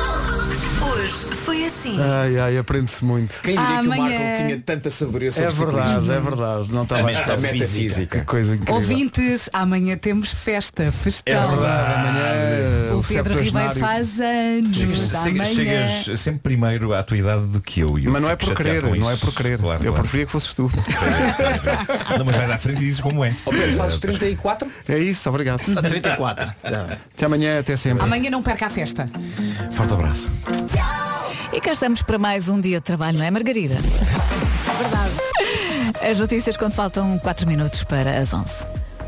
S7: Hoje foi assim.
S1: Ai, ai, aprende-se muito.
S8: Quem diria que o
S4: Amanhã.
S8: Marco tinha tanta sabedoria sobre
S1: É verdade, é verdade. Não estava
S8: A
S1: Que
S8: metafísica.
S1: coisa incrível.
S4: Ouvintes, amanhã temos festa, festão.
S1: É Verdade, amanhã, é
S4: Ah, o Pedro Ribeiro
S1: septuagenário.
S4: faz anos. amanhã.
S11: Chegas, chegas sempre primeiro à tua idade do que eu. e eu
S1: Mas não é
S11: fico
S1: por
S11: chateado
S1: querer,
S11: com
S1: não é
S11: isso.
S1: por querer.
S11: Claro,
S1: Eu
S11: claro.
S1: preferia que fosses tu.
S11: Não, mas vais à frente e dizes como é.
S8: Ó Pedro, fazes 34?
S1: É isso, obrigado.
S10: 34.
S1: Até amanhã, até sempre.
S4: Amanhã não perca a festa.
S11: Forte abraço.
S14: E cá estamos para mais um dia de trabalho, não é, Margarida? É verdade. As notícias quando faltam 4 minutos para as 11.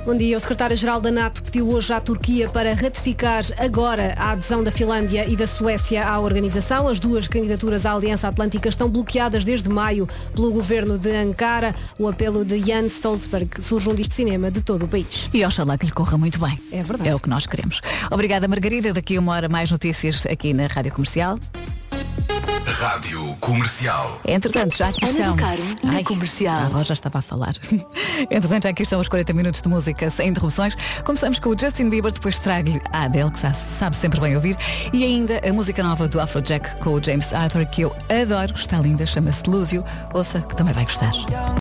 S15: Bom dia. O secretário-geral da NATO pediu hoje à Turquia para ratificar agora a adesão da Finlândia e da Suécia à organização. As duas candidaturas à Aliança Atlântica estão bloqueadas desde maio pelo governo de Ankara. O apelo de Jan Stoltenberg surge um disco de cinema de todo o país.
S14: E oxalá que lhe corra muito bem.
S15: É verdade.
S14: É o que nós queremos. Obrigada, Margarida. Daqui a uma hora mais notícias aqui na Rádio Comercial.
S6: Rádio Comercial.
S14: Entretanto, já aqui
S7: Ana
S14: estão...
S7: do Caro, na
S14: Ai,
S7: Comercial.
S14: A avó já estava a falar. Entretanto, já aqui estão os 40 minutos de música sem interrupções. Começamos com o Justin Bieber, depois trago-lhe a Adele, que sa- sabe sempre bem ouvir. E ainda a música nova do Afrojack com o James Arthur, que eu adoro. Está linda, chama-se Lúcio. Ouça, que também vai gostar.